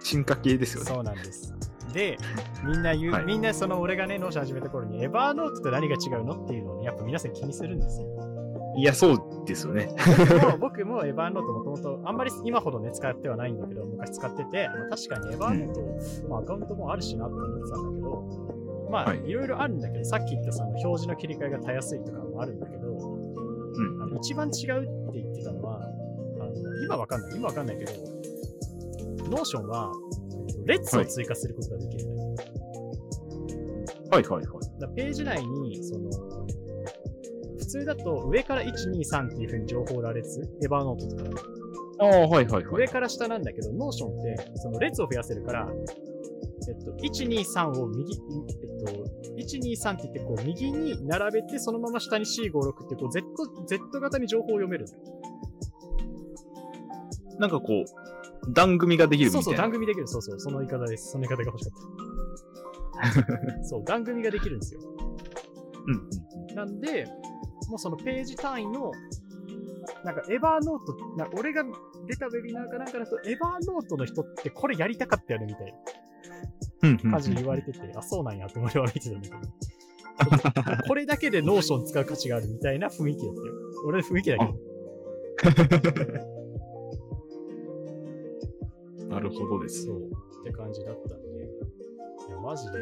[SPEAKER 1] 進化系ですよね。
[SPEAKER 2] そうなんです。で、
[SPEAKER 1] [laughs]
[SPEAKER 2] みんな言う、
[SPEAKER 1] はい
[SPEAKER 2] みんなその俺がね、ノーション始めた頃に、エヴァーノートと何が違うのっていうのをね、やっぱ皆さん気にするんですよ。
[SPEAKER 1] いや、そうですよね。
[SPEAKER 2] でも僕もエヴァーノートもともとあんまり今ほどね使ってはないんだけど昔使ってて、まあ確かにエヴァーノート、まあ、アカウントもあるしなと思ってたんだけどまあ、、
[SPEAKER 1] はいい
[SPEAKER 2] ろいろあるんだけどさっき言ったその表示の切り替えがたやすいとかもあるんだけど、
[SPEAKER 1] うん
[SPEAKER 2] あの一番違うって言ってたのはあの今わかんない今わかんないけどノーションはえっとレッツを追加することができるんだよ
[SPEAKER 1] はいはいはい。
[SPEAKER 2] だからページ内に、その、普通だと上から123っていう風に情報羅列、エヴァーノートとかだと
[SPEAKER 1] ああ、はいはいはい。
[SPEAKER 2] 上から下なんだけど、ノーションって、その列を増やせるから、えっと、123を右、えっと、123って言って、こう、右に並べて、そのまま下に C56 って、こう、Z、Z 型に情報を読めるんだよ。
[SPEAKER 1] なんかこう、番組ができるみた
[SPEAKER 2] そ
[SPEAKER 1] いうな。
[SPEAKER 2] そう、番組できる。そうそう、その言い方です。その言い方が欲し
[SPEAKER 1] [laughs]
[SPEAKER 2] かった。そう、番組ができるんですよ。
[SPEAKER 1] うん
[SPEAKER 2] なんで、もうそのページ単位の、なんかエヴァーノート、なんか俺が出たウェビナーかなんかだと、エヴァーノートの人ってこれやりたかったよねみたい
[SPEAKER 1] うん。うんうん
[SPEAKER 2] な感じで言われてて、あ、そうなんやって俺は見てたんだけど。 [laughs] これだけでノーション使う価値があるみたいな雰囲気だったよ。俺の雰囲気だけど。
[SPEAKER 1] なるほどです。
[SPEAKER 2] そう。って感じだったんで。いや、マジで。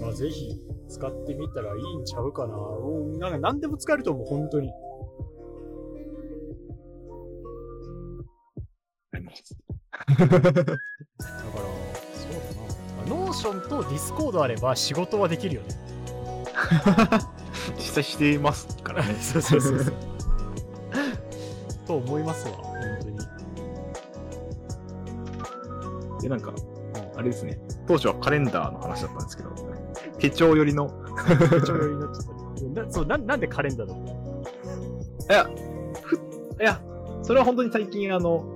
[SPEAKER 2] まあ、ぜひ、使ってみたらいいんちゃうかな。うん、なんか何でも使えると思う、本当に。
[SPEAKER 1] あります
[SPEAKER 2] だから、そうだな。ノーションとディスコードあれば仕事はできるよね。
[SPEAKER 1] 実際してますから [laughs] ね。
[SPEAKER 2] [laughs] そうそうそうそう。 [laughs] と思いますわ、本当に。
[SPEAKER 1] [laughs] で、なんか、あれですね。当初はカレンダーの話だったんですけど、手帳寄りの、
[SPEAKER 2] 手帳寄りになっちゃった。なそうななんでカレンダーだろ
[SPEAKER 1] いや、ふいや、それは本当に最近、あの、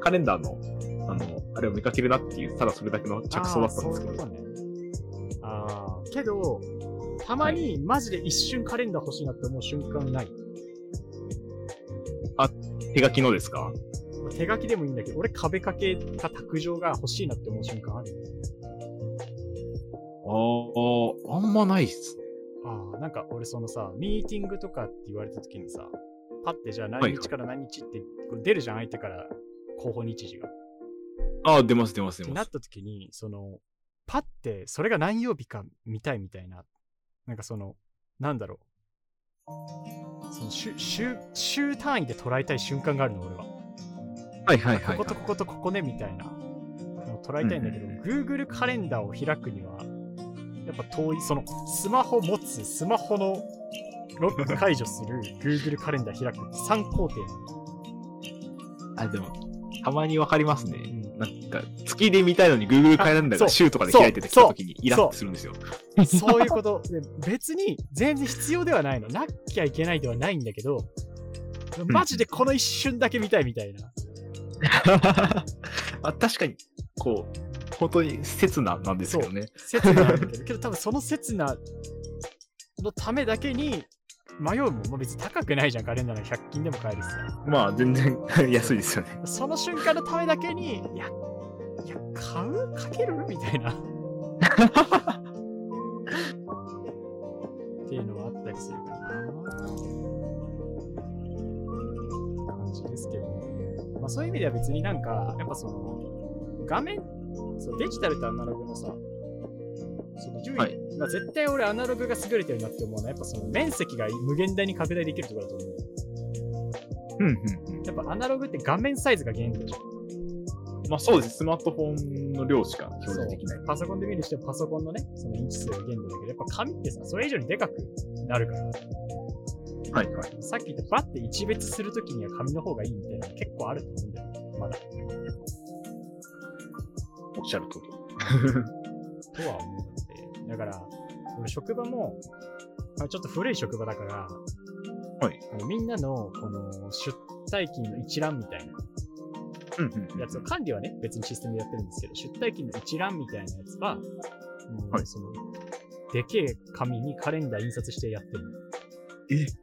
[SPEAKER 1] カレンダーの、あの、あれを見かけるなっていう、ただそれだけの着想だったんですけど、
[SPEAKER 2] あーそういうことねあーけど、たまにマジで一瞬カレンダー欲しいなって思う瞬間ない。
[SPEAKER 1] 手書きのですか
[SPEAKER 2] 手書きでもいいんだけど、俺壁掛けか卓上が欲しいなって思う瞬間ある。
[SPEAKER 1] ああ、あんまないっすね。
[SPEAKER 2] ああ、なんか俺そのさ、ミーティングとかって言われた時にさ、パッてじゃあ
[SPEAKER 1] は
[SPEAKER 2] 何
[SPEAKER 1] い
[SPEAKER 2] 日から何日ってこう出るじゃん、相手から候補日時が。っ
[SPEAKER 1] ああ、出ます出ます
[SPEAKER 2] てなっ。た時に、その、パッてそれが何曜日か見たいみたいな、なんかその、なんだろう。その週、週、週単位で捉えたい瞬間があるの、俺は。
[SPEAKER 1] はいはいはい、
[SPEAKER 2] こことこことここねみたいなのを捉えたいんだけど、
[SPEAKER 1] うん
[SPEAKER 2] Google カレンダーを開くには、やっぱ遠い、そのスマホ持つ、スマホのロック解除する Google カレンダー開くって3工程なの
[SPEAKER 1] あ、でも、たまにわかりますね。
[SPEAKER 2] うん
[SPEAKER 1] なんか、月で見たいのに Google カレンダー
[SPEAKER 2] あそ
[SPEAKER 1] が
[SPEAKER 2] う
[SPEAKER 1] 週とかで開いててきた
[SPEAKER 2] そう
[SPEAKER 1] ときにイラッとするん [laughs] ですよ。
[SPEAKER 2] そういうこと。で別に全然必要ではないの。なきゃいけないではないんだけど、マジでこの一瞬だけ見たいみたいな。
[SPEAKER 1] あ確かに、こう、本当に刹那なんですけどね。
[SPEAKER 2] 刹那あるんだけど、けど多分その刹那のためだけに迷うもん。もう別に高くないじゃん、カレンダーの100均でも買えるしさ。
[SPEAKER 1] まあ、全然 [laughs] 安いですよね。
[SPEAKER 2] その瞬間のためだけに、いや、いや、買うかけるみたい [laughs] な。っていうのはあったりするかな。感じですけどね。まあそういう意味では別になんか、やっぱその、画面、そうデジタルとアナログのさ、その優位、
[SPEAKER 1] はい
[SPEAKER 2] まあ絶対俺アナログが優れてるなって思うのは、やっぱその面積が無限大に拡大できるところだと思う。
[SPEAKER 1] うんうん
[SPEAKER 2] やっぱアナログって画面サイズが限度じゃん。
[SPEAKER 1] うん。まあそうです。スマートフォンの量しか表示できない。
[SPEAKER 2] パソコンで見る人はパソコンのね、その位置数が限度だけど、やっぱ紙ってさ、それ以上にでかくなるから、
[SPEAKER 1] はいはい。
[SPEAKER 2] さっき言ったバッて一別するときには紙の方がいいみたいなの結構あると思うんだよね、まだ。
[SPEAKER 1] おっしゃる通り。
[SPEAKER 2] とは思って。だから、俺職場も、あちょっと古い職場だから、
[SPEAKER 1] はい
[SPEAKER 2] あのみんなのこの出退勤の一覧みたいな
[SPEAKER 1] うんうんうん
[SPEAKER 2] やつを、管理はね、別にシステムでやってるんですけど、出退勤の一覧みたいなやつは、もう
[SPEAKER 1] はい
[SPEAKER 2] その、でけえ紙にカレンダー印刷してやってるの。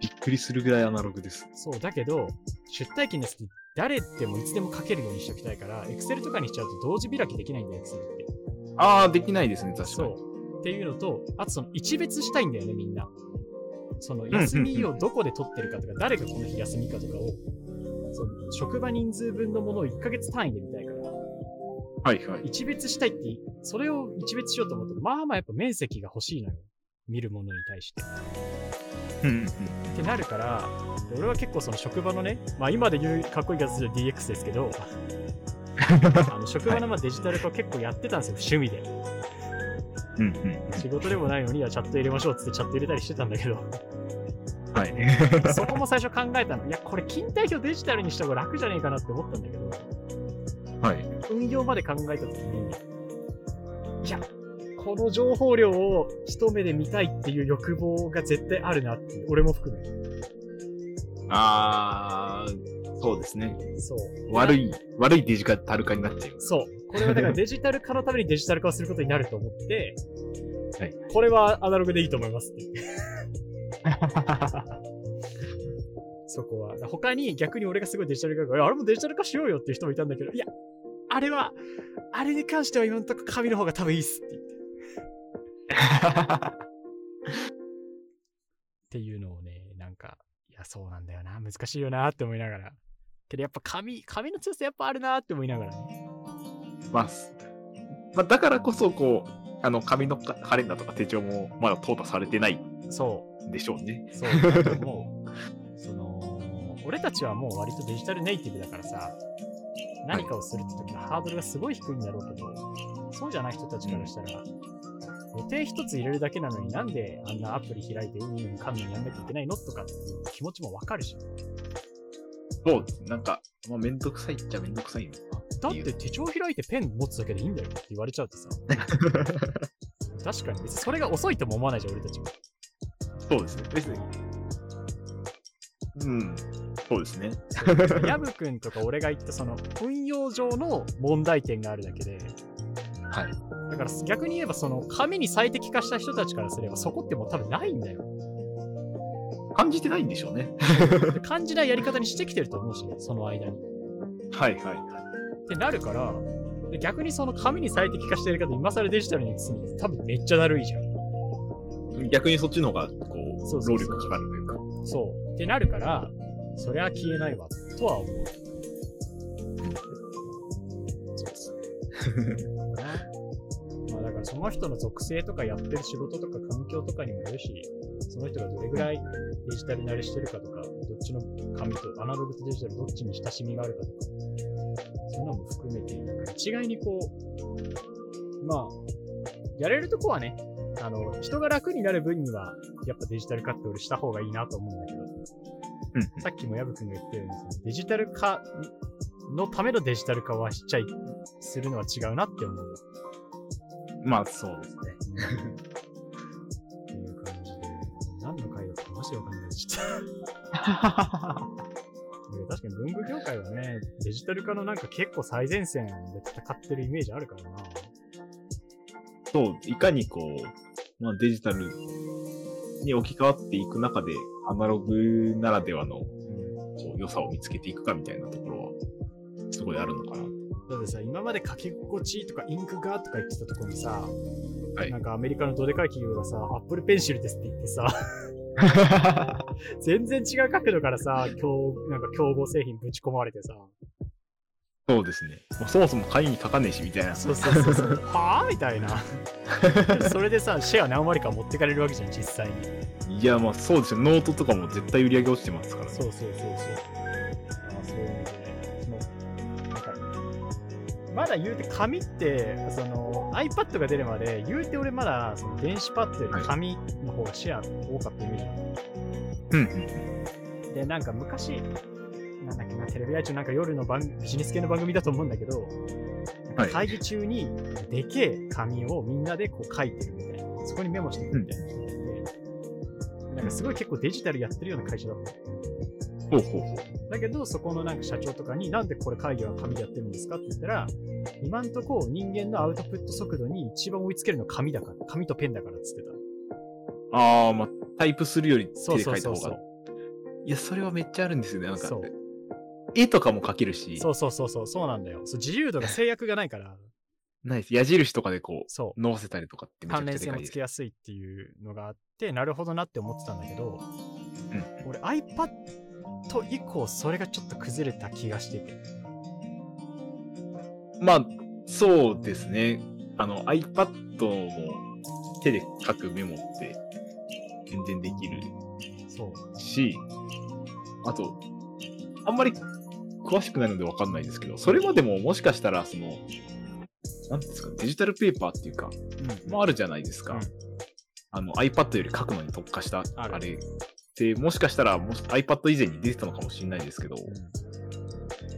[SPEAKER 1] びっくりするぐらいアナログです。
[SPEAKER 2] そう、だけど、出退勤の時誰でもいつでも書けるようにしておきたいから、Excel とかにしちゃうと同時開きできないんだよ、Excel って。
[SPEAKER 1] ああ、できないですね、確かに。
[SPEAKER 2] そう。っていうのと、あとその一別したいんだよね、みんな。その休みをどこで取ってるかとか、誰がこの日休みかとかを、その職場人数分のものを1ヶ月単位で見たいから、
[SPEAKER 1] はいはい。
[SPEAKER 2] 一別したいって、それを一別しようと思うと、まあまあやっぱ面積が欲しいのよ。見るものに対して。
[SPEAKER 1] うんうんうん
[SPEAKER 2] ってなるから、俺は結構その職場のね、まあ今で言うかっこいい形で DX ですけど、あの職場のまあデジタル化を結構やってたんですよ、趣味で。
[SPEAKER 1] うんうん
[SPEAKER 2] 仕事でもないのにはチャット入れましょうっつってチャット入れたりしてたんだけど、
[SPEAKER 1] はい。
[SPEAKER 2] そこも最初考えたの。いや、これ、勤怠表デジタルにした方が楽じゃねえかなって思ったんだけど、
[SPEAKER 1] はい。
[SPEAKER 2] 運用まで考えたときに、いや、この情報量を一目で見たいっていう欲望が絶対あるなっていう、俺も含め。
[SPEAKER 1] ああ、そうですね。
[SPEAKER 2] そう。
[SPEAKER 1] 悪
[SPEAKER 2] い。
[SPEAKER 1] い、悪いデジタル化になっ [laughs] ちゃいます。
[SPEAKER 2] そう。これはだからデジタル化のためにデジタル化をすることになると思って、
[SPEAKER 1] はい
[SPEAKER 2] これはアナログでいいと思いますって [laughs] いう。そこは。他に逆に俺がすごいデジタル化が、いやあれもデジタル化しようよっていう人もいたんだけど、いや、あれは、あれに関しては今のところ紙の方が多分いいっすって言って。っていうのをね、なんか、いや、そうなんだよな、難しいよなって思いながら。けどやっぱ紙、紙の強さやっぱあるなって思いながらね。
[SPEAKER 1] まあ、すまあ、だからこそ、こう、あの、紙のカカレンダーとか手帳もまだ淘汰されてない
[SPEAKER 2] そう。
[SPEAKER 1] んでしょうね。
[SPEAKER 2] そう、だからもう、その、俺たちはもう割とデジタルネイティブだからさ、何かをするって時のハードルがすごい低いんだろうけど、そうじゃない人たちからしたら、予定一つ入れるだけなのになんであんなアプリ開いてうんうんかんぬんやんなきゃいけないのとかっていう気持ちもわかるし、
[SPEAKER 1] そうです。なんか、まあ、めんどくさいっちゃめんどくさいよ
[SPEAKER 2] だって手帳開いてペン持つだけでいいんだよって言われちゃうとさ、
[SPEAKER 1] な。
[SPEAKER 2] 確かに別にそれが遅いとも思わないじゃん、俺たちも。
[SPEAKER 1] そうですね。別に。うん。そうですね。
[SPEAKER 2] ヤブ君とか俺が言ったその運用上の問題点があるだけで、
[SPEAKER 1] はい。
[SPEAKER 2] だから逆に言えばその紙に最適化した人たちからすればそこってもう多分ないんだよ。 [laughs]
[SPEAKER 1] 感じてないんでしょうね。
[SPEAKER 2] 感じないやり方にしてきてると思うし、その間に。
[SPEAKER 1] はいはい。
[SPEAKER 2] ってなるから、で逆にその紙に最適化したやり方今更デジタルに移すのって多分めっちゃだるいじゃん。
[SPEAKER 1] 逆にそっちの方が、こう、
[SPEAKER 2] そうそうそう
[SPEAKER 1] 労力かかるというか。
[SPEAKER 2] そう。ってなるから、そりゃ消えないわ、とは思う。まあだからその人の属性とかやってる仕事とか環境とかにもよるし、その人がどれぐらいデジタル慣れしてるかとか、どっちの紙とアナログとデジタルどっちに親しみがあるかとか、そんなのも含めて、なんか一概にこう、まあ、やれるとこはね、あの、人が楽になる分には、やっぱデジタル化って俺した方がいいなと思うんだけど、
[SPEAKER 1] うん
[SPEAKER 2] さっきも矢部君が言ったように、そのデジタル化のためのデジタル化はしちゃい、するのは違うなって思う。
[SPEAKER 1] まあ、そうですね。
[SPEAKER 2] っていう感じで、何の回だったかマジでわかんないし。確かに文具業界はね、デジタル化のなんか結構最前線で戦ってるイメージあるからな。
[SPEAKER 1] そう、いかにこう、まあ、デジタルに置き換わっていく中で、アナログならではのこう良さを見つけていくかみたいなところは、すごいあるのかな。
[SPEAKER 2] だってさ、今まで書き心地いいとかインクがとか言ってたとこにさ、
[SPEAKER 1] はい
[SPEAKER 2] なんかアメリカのどでかい企業がさ、Apple Pencil ですって言ってさ、 [laughs] 全然違う角度からさ、競なんか競合製品ぶち込まれてさ、
[SPEAKER 1] そうですね。もうそもそも買いに書かねえし、みたいな。
[SPEAKER 2] そうそうそうそう [laughs] はあみたいなそれでさシェア何割か持ってかれるわけじゃん実際に
[SPEAKER 1] いや、まあそうですよ。ノートとかも絶対売り上げ落ちてますからね。
[SPEAKER 2] そうそうそうそう。あそういうのでね、そのなんかまだ言うて紙ってその iPad が出るまで言うて俺まだその電子パッドより紙の方がシェア多かったイメージなの
[SPEAKER 1] うんうん。
[SPEAKER 2] でなんか昔なんだっけなテレビ台中なんか夜の番ビジネス系の番組だと思うんだけど、
[SPEAKER 1] はい
[SPEAKER 2] 会議中にでけえ紙をみんなでこう書いてるみたいなそこにメモしていくみたいな人がいて、なんかすごい結構デジタルやってるような会社だった
[SPEAKER 1] ほうほうほう。
[SPEAKER 2] だけど、そこのなんか社長とかに、なんでこれ会議は紙でやってるんですかって言ったら、今んとこ人間のアウトプット速度に一番追いつけるのは紙だから、紙とペンだからっつってた。
[SPEAKER 1] ああ、まあタイプするより
[SPEAKER 2] そ
[SPEAKER 1] 手で
[SPEAKER 2] うそ
[SPEAKER 1] 書
[SPEAKER 2] う
[SPEAKER 1] いた
[SPEAKER 2] そう
[SPEAKER 1] 方
[SPEAKER 2] そ
[SPEAKER 1] が
[SPEAKER 2] う。。
[SPEAKER 1] いや、それはめっちゃあるんですよね。なんか
[SPEAKER 2] そう、
[SPEAKER 1] 絵とかも描けるし、
[SPEAKER 2] そうそうそうそう、そうなんだよ。そう自由度が制約がないから、
[SPEAKER 1] ないです。矢印とかでこ、
[SPEAKER 2] そう
[SPEAKER 1] 乗せたりとかって
[SPEAKER 2] う、
[SPEAKER 1] めちゃ
[SPEAKER 2] 関
[SPEAKER 1] くち
[SPEAKER 2] 連
[SPEAKER 1] ゃで
[SPEAKER 2] 性
[SPEAKER 1] か
[SPEAKER 2] も
[SPEAKER 1] いで
[SPEAKER 2] つ
[SPEAKER 1] す
[SPEAKER 2] け。やすいっていうのがあって、なるほどなって思ってたんだけど、
[SPEAKER 1] うん
[SPEAKER 2] 俺 iPad 以降、それがちょっと崩れた気がしてて。
[SPEAKER 1] まあ、そうですね。あの、iPad も手で書くメモって全然できる
[SPEAKER 2] そう。
[SPEAKER 1] し、あと、あんまり詳しくないのでわかんないですけど、それまでももしかしたら、その、なんていうんですか、デジタルペーパーっていうか、もあるじゃないですか。
[SPEAKER 2] うん
[SPEAKER 1] あの iPad より書くのに特化した
[SPEAKER 2] ある
[SPEAKER 1] あれでもしかしたらもし iPad 以前に出てたのかもしれないですけど、
[SPEAKER 2] うん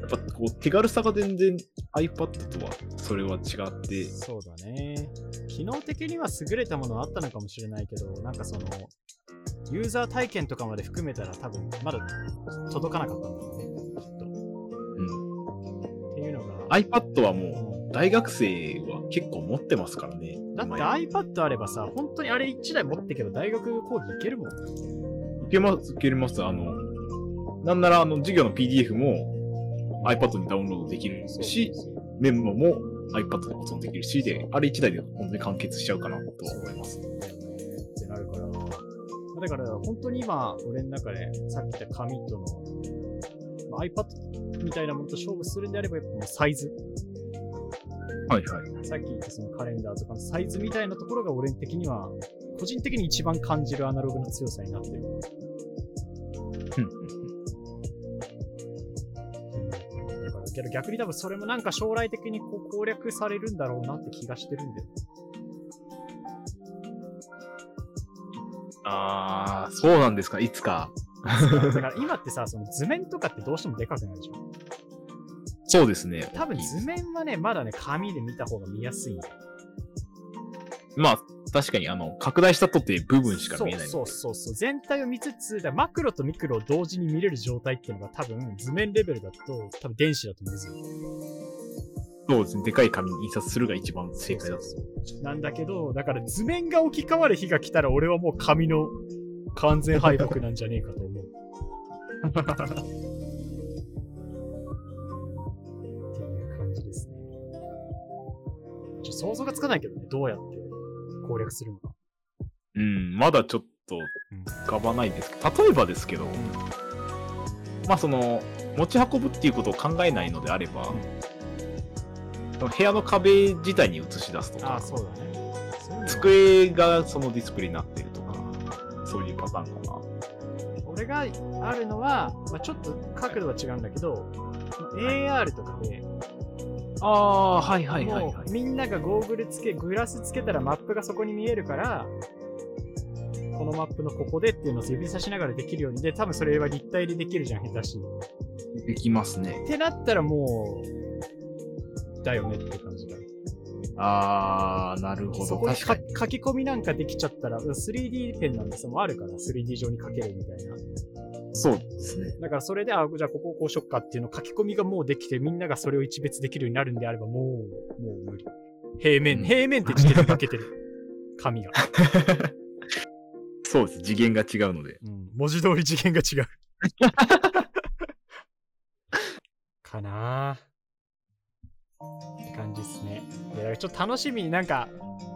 [SPEAKER 1] やっぱこう手軽さが全然 iPad とはそれは違って、
[SPEAKER 2] そうだね機能的には優れたものはあったのかもしれないけどなんかそのユーザー体験とかまで含めたら多分まだ届かなかったんだろうねきっと
[SPEAKER 1] うん、
[SPEAKER 2] っていうのが
[SPEAKER 1] iPad はもう大学生は結構持ってますからね。
[SPEAKER 2] だって
[SPEAKER 1] 今や
[SPEAKER 2] iPad あればさ本当にあれ1台持ってけば大学講義行けるもん
[SPEAKER 1] いけます、いけます。あの、なんならあの授業の PDF も iPad にダウンロードできるし、メモも iPad で保存できるしで、あれ1台で本当に完結しちゃうかなとは思います。
[SPEAKER 2] だよねってなるからだから本当に今俺の中でさっき言った紙との、まあ iPad みたいなものと勝負するんであればやっぱもうサイズ
[SPEAKER 1] はいはい。
[SPEAKER 2] さっき言ったそのカレンダーとかのサイズみたいなところが俺的には、個人的に一番感じるアナログの強さになってる。
[SPEAKER 1] うん
[SPEAKER 2] だからけど逆に多分それもなんか将来的にこう攻略されるんだろうなって気がしてるんだ [laughs] よ。
[SPEAKER 1] ああ、そうなんですか、いつか。
[SPEAKER 2] だから今ってさ、その図面とかってどうしてもでかくなるじゃん。
[SPEAKER 1] そうですね。
[SPEAKER 2] 多分図面はね、まだね、紙で見た方が見やすいんだよ。
[SPEAKER 1] まあ、確かに、あの、拡大したとって部分しか見えない。
[SPEAKER 2] そうそうそうそう。全体を見つつ、だからマクロとミクロを同時に見れる状態っていうのが多分図面レベルだと、多分電子だと難しい。
[SPEAKER 1] そうですね。でかい紙に印刷するが一番正解だと。
[SPEAKER 2] なんだけど、だから図面が置き換わる日が来たら俺はもう紙の完全敗北なんじゃねえかと思う。っていう感じですね。ちょ想像がつかないけどね、どうやって攻略するのか。
[SPEAKER 1] うん、まだちょっと
[SPEAKER 2] うん
[SPEAKER 1] 浮かばないですけど、例えばですけど、まあ、その、持ち運ぶっていうことを考えないのであれば、その部屋の壁自体に映し出すと
[SPEAKER 2] ああ、
[SPEAKER 1] か、
[SPEAKER 2] そうだね。そういうのは
[SPEAKER 1] 机がそのディスプレイになってるとか、そういうパターンかな。
[SPEAKER 2] 俺があるのは、まあ、ちょっと角度は違うんだけど、AR とかで、
[SPEAKER 1] ああ、はいは
[SPEAKER 2] もうみんながゴーグルつけグラスつけたらマップがそこに見えるからこのマップのここでっていうのを指さしながらできるようにで多分それは立体でできるじゃん下手しっ
[SPEAKER 1] できますね。
[SPEAKER 2] てなったらもうだよねって感じだ
[SPEAKER 1] ああ、なるほ
[SPEAKER 2] そ
[SPEAKER 1] ど。
[SPEAKER 2] こに
[SPEAKER 1] 確
[SPEAKER 2] か
[SPEAKER 1] かに。
[SPEAKER 2] 書き込みなんかできちゃったら 3D ペンなんてさもうあるから 3D 上に書けるみたいな
[SPEAKER 1] そうですね。
[SPEAKER 2] だからそれであじゃあここをこうしよっかっていうの書き込みがもうできてみんながそれを一別できるようになるんであればもうもう無理平面、
[SPEAKER 1] うん
[SPEAKER 2] 平面って時点で書けてる紙が
[SPEAKER 1] [laughs] そうです。次元が違うので。
[SPEAKER 2] [laughs] うん、文字通り次元が違う。 [laughs] かなあって感じですね。いやだからちょっと楽しみになんか、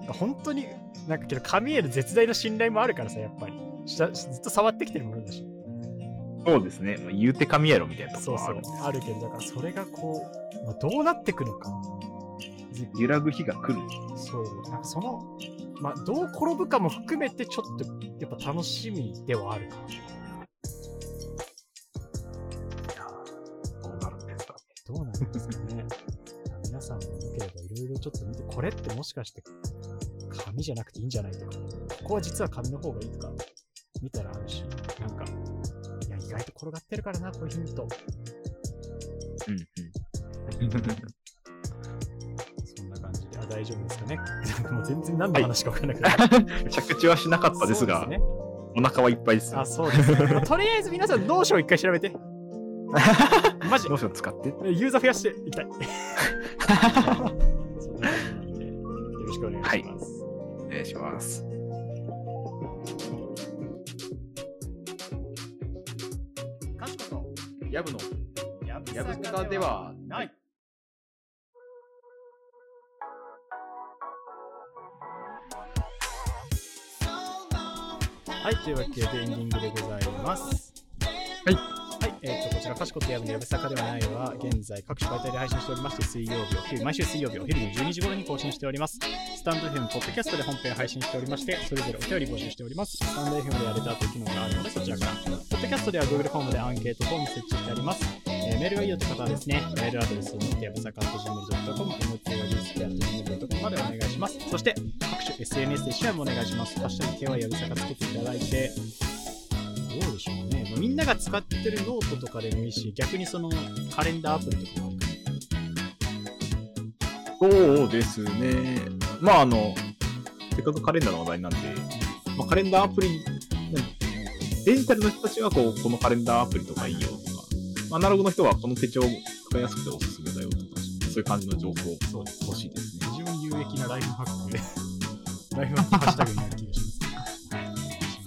[SPEAKER 2] 本当に、なんかけど、紙への絶大な信頼もあるからさ、やっぱり。したずっと触ってきてるものだし。
[SPEAKER 1] そうですね。まあ、言うて神やろみたいなとこ
[SPEAKER 2] そう
[SPEAKER 1] ろは
[SPEAKER 2] そ
[SPEAKER 1] あ
[SPEAKER 2] う
[SPEAKER 1] る。
[SPEAKER 2] あるけどだからそれがこう、まあ、どうなってくのか
[SPEAKER 1] 揺らぐ日が来る。
[SPEAKER 2] そうなんかその、まあ、どう転ぶかも含めてちょっとやっぱ楽しみではあるかな
[SPEAKER 1] どうなるんですか
[SPEAKER 2] どうなんですかね [laughs] 皆さんもよければいろいろちょっと見てこれってもしかして紙じゃなくていいんじゃないとかここは実は紙の方がいいとか見たらあるしなんかいや意外と転がってるからなこういうヒント
[SPEAKER 1] うんうん。
[SPEAKER 2] そんな感じで、あ、大丈夫ですかね。 [laughs] なんかもう全然何の話か分からなくなっ
[SPEAKER 1] [laughs] 着地はしなかったですが、
[SPEAKER 2] そうね、
[SPEAKER 1] お腹はいっぱいです。
[SPEAKER 2] あ、そうですね。まあとりあえず皆さん、ノーション一回調 [laughs] べて。マジ
[SPEAKER 1] ノー、ション使って。
[SPEAKER 2] ユーザー増やしていきたい。そんな感じなんでよろしくお願いします。
[SPEAKER 1] お願いします。
[SPEAKER 2] かしこ
[SPEAKER 1] ヤブの
[SPEAKER 2] と、やぶ
[SPEAKER 1] ヤブスカでは
[SPEAKER 2] ない。はい、というわけでエンディングでございます。
[SPEAKER 1] はい
[SPEAKER 2] はい、えー、とこちら、かしこってやぶのやぶさかではないは、現在各種媒体で配信しておりまして、水曜日お昼、毎週水曜日お昼の12時頃に更新しております。スタンド FM、ポッドキャストで本編配信しておりまして、それぞれお便り募集しております。スタンド FM でやれたという機能があるので、そちらから。ポッドキャストでは Google フォームでアンケートフォーム設置してあります。えーメールがいいよという方はですね、メールアドレスを持って、やぶさか .gmail.com、mtyabusa.gmail.com までお願いします。そして、各種 SNS でシェアもお願いします。ハッシュタグ k はやぶさかつけていただいて、どうでしょうね。まあみんなが使ってるノートとかでもいいし、逆にそのカレンダーアプリとかもあるから
[SPEAKER 1] そうですね。まあ、あの、せっかくカレンダーの話題なんで、まあ、カレンダーアプリ、なんデジタルの人たちはこう、このカレンダーアプリとかいいよとか、アナログの人はこの手帳が使いやすくておすすめだよとか、そういう感じの情報
[SPEAKER 2] そうです
[SPEAKER 1] 欲しいですね。
[SPEAKER 2] 非常に有益なライフハック [laughs] で、ライフハックハッシュタグになる気がします。はい、お願いし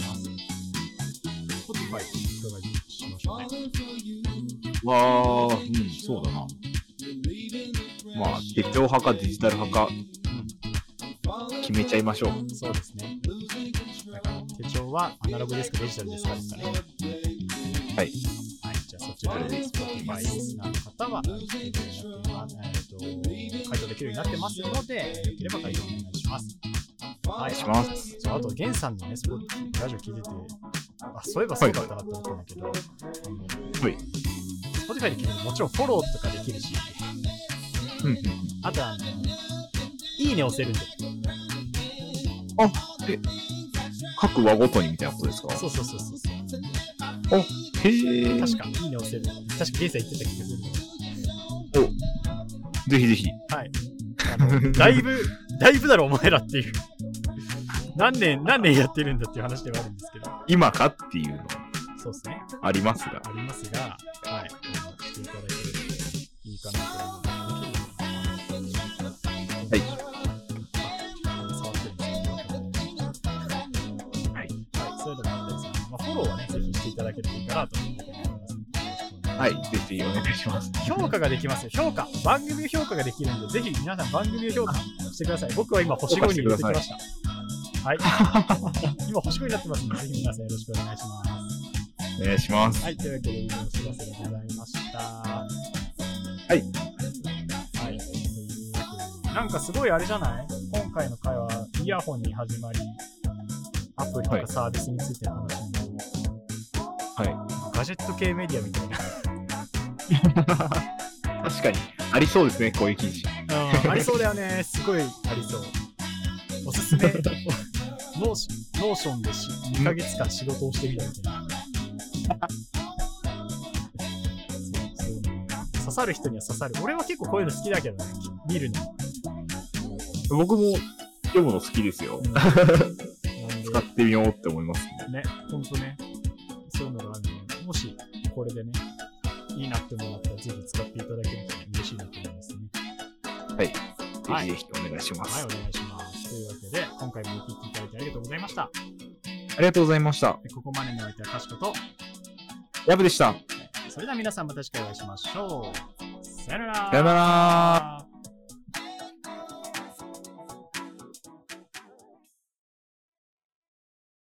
[SPEAKER 2] ます。Spotify いかがしましょうね。
[SPEAKER 1] わあ、うん、そうだな。まあ、手帳派かデジタル派か、決めちゃいましょう。
[SPEAKER 2] そうですね。だから手帳はアナログですかデジタルですかですからね。
[SPEAKER 1] はい。
[SPEAKER 2] はい、じゃあそちらで Spotify リスナーの方は、えーとまあえーと回答できるようになってますので、よければ回答お願いします。はい、
[SPEAKER 1] します。
[SPEAKER 2] そうあと、ゲンさんのね、スポラジオ聞いてて、あ、そういえばそうだったなって思ったんだけど、
[SPEAKER 1] はい。
[SPEAKER 2] スポティファイで聞いてももちろんフォローとかできるし、
[SPEAKER 1] うんうん。
[SPEAKER 2] あとあの、いいね押せるんで、
[SPEAKER 1] 各話ごとにみたいなことですか
[SPEAKER 2] そうそうそうそう。
[SPEAKER 1] へえ。
[SPEAKER 2] 確か、いいね押せる。確か、ゲンさん言ってた気がする。
[SPEAKER 1] ぜひぜひ。
[SPEAKER 2] はい。あ [laughs] のだいぶ、だいぶだろ、お前らっていう。何年、何年やってるんだっていう話ではあるんですけど、
[SPEAKER 1] 今かっていうの
[SPEAKER 2] そうですね。
[SPEAKER 1] ありますが。
[SPEAKER 2] ありますが、はい。あの来ていただけるといいかなと思います。
[SPEAKER 1] はい。
[SPEAKER 2] 触ってるんですけど。
[SPEAKER 1] はい。
[SPEAKER 2] はい、そういうのもあったりするのでまあ、フォローはね、ぜひしていただければいいかなと思ってます。
[SPEAKER 1] はい。ぜひぜひお願いします。
[SPEAKER 2] 評価ができますよ評価番組評価ができるんでぜひ皆さん番組を評価してください僕は今星5に入れてきましたはい今星5になってますのでぜひ皆さんよろしくお願いします
[SPEAKER 1] お願いします。
[SPEAKER 2] はいというわけで以上お知らせでございましたはい
[SPEAKER 1] い
[SPEAKER 2] はいというわけでなんかすごいあれじゃない今回の回はイヤホンに始まりアプリと
[SPEAKER 1] は
[SPEAKER 2] か
[SPEAKER 1] い
[SPEAKER 2] サービスについての話になり
[SPEAKER 1] はい。
[SPEAKER 2] ガジェット系メディアみたいな
[SPEAKER 1] 確かに、ありそうですね、こういう記事。
[SPEAKER 2] うんありそうだよね。すごいありそう。おすすめ。ノーシノーションでし2ヶ月間仕事をしてみたみたいな。そうそう刺さる人には刺さる。俺は結構こういうの好きだけどね。見るの。
[SPEAKER 1] 僕も読むの好きですよ。
[SPEAKER 2] なんで
[SPEAKER 1] 使ってみようって思いますね。
[SPEAKER 2] [laughs] ね、ほんとね。そういうのがあるので、もしこれでね、いいなって思ったら、ぜひ使っていただけると嬉しいなと思いますね。はい
[SPEAKER 1] ぜひぜひお願いしま
[SPEAKER 2] はい、
[SPEAKER 1] す
[SPEAKER 2] お。願いします。というわけで、今回もお聞きいただいてありがとうございました。
[SPEAKER 1] ありがとうございました。
[SPEAKER 2] でここまでのお相手はかしこと、
[SPEAKER 1] ヤブでした。
[SPEAKER 2] それでは皆さんまた次回お会いしましょう。さよなら。
[SPEAKER 1] さよなら。
[SPEAKER 2] ら。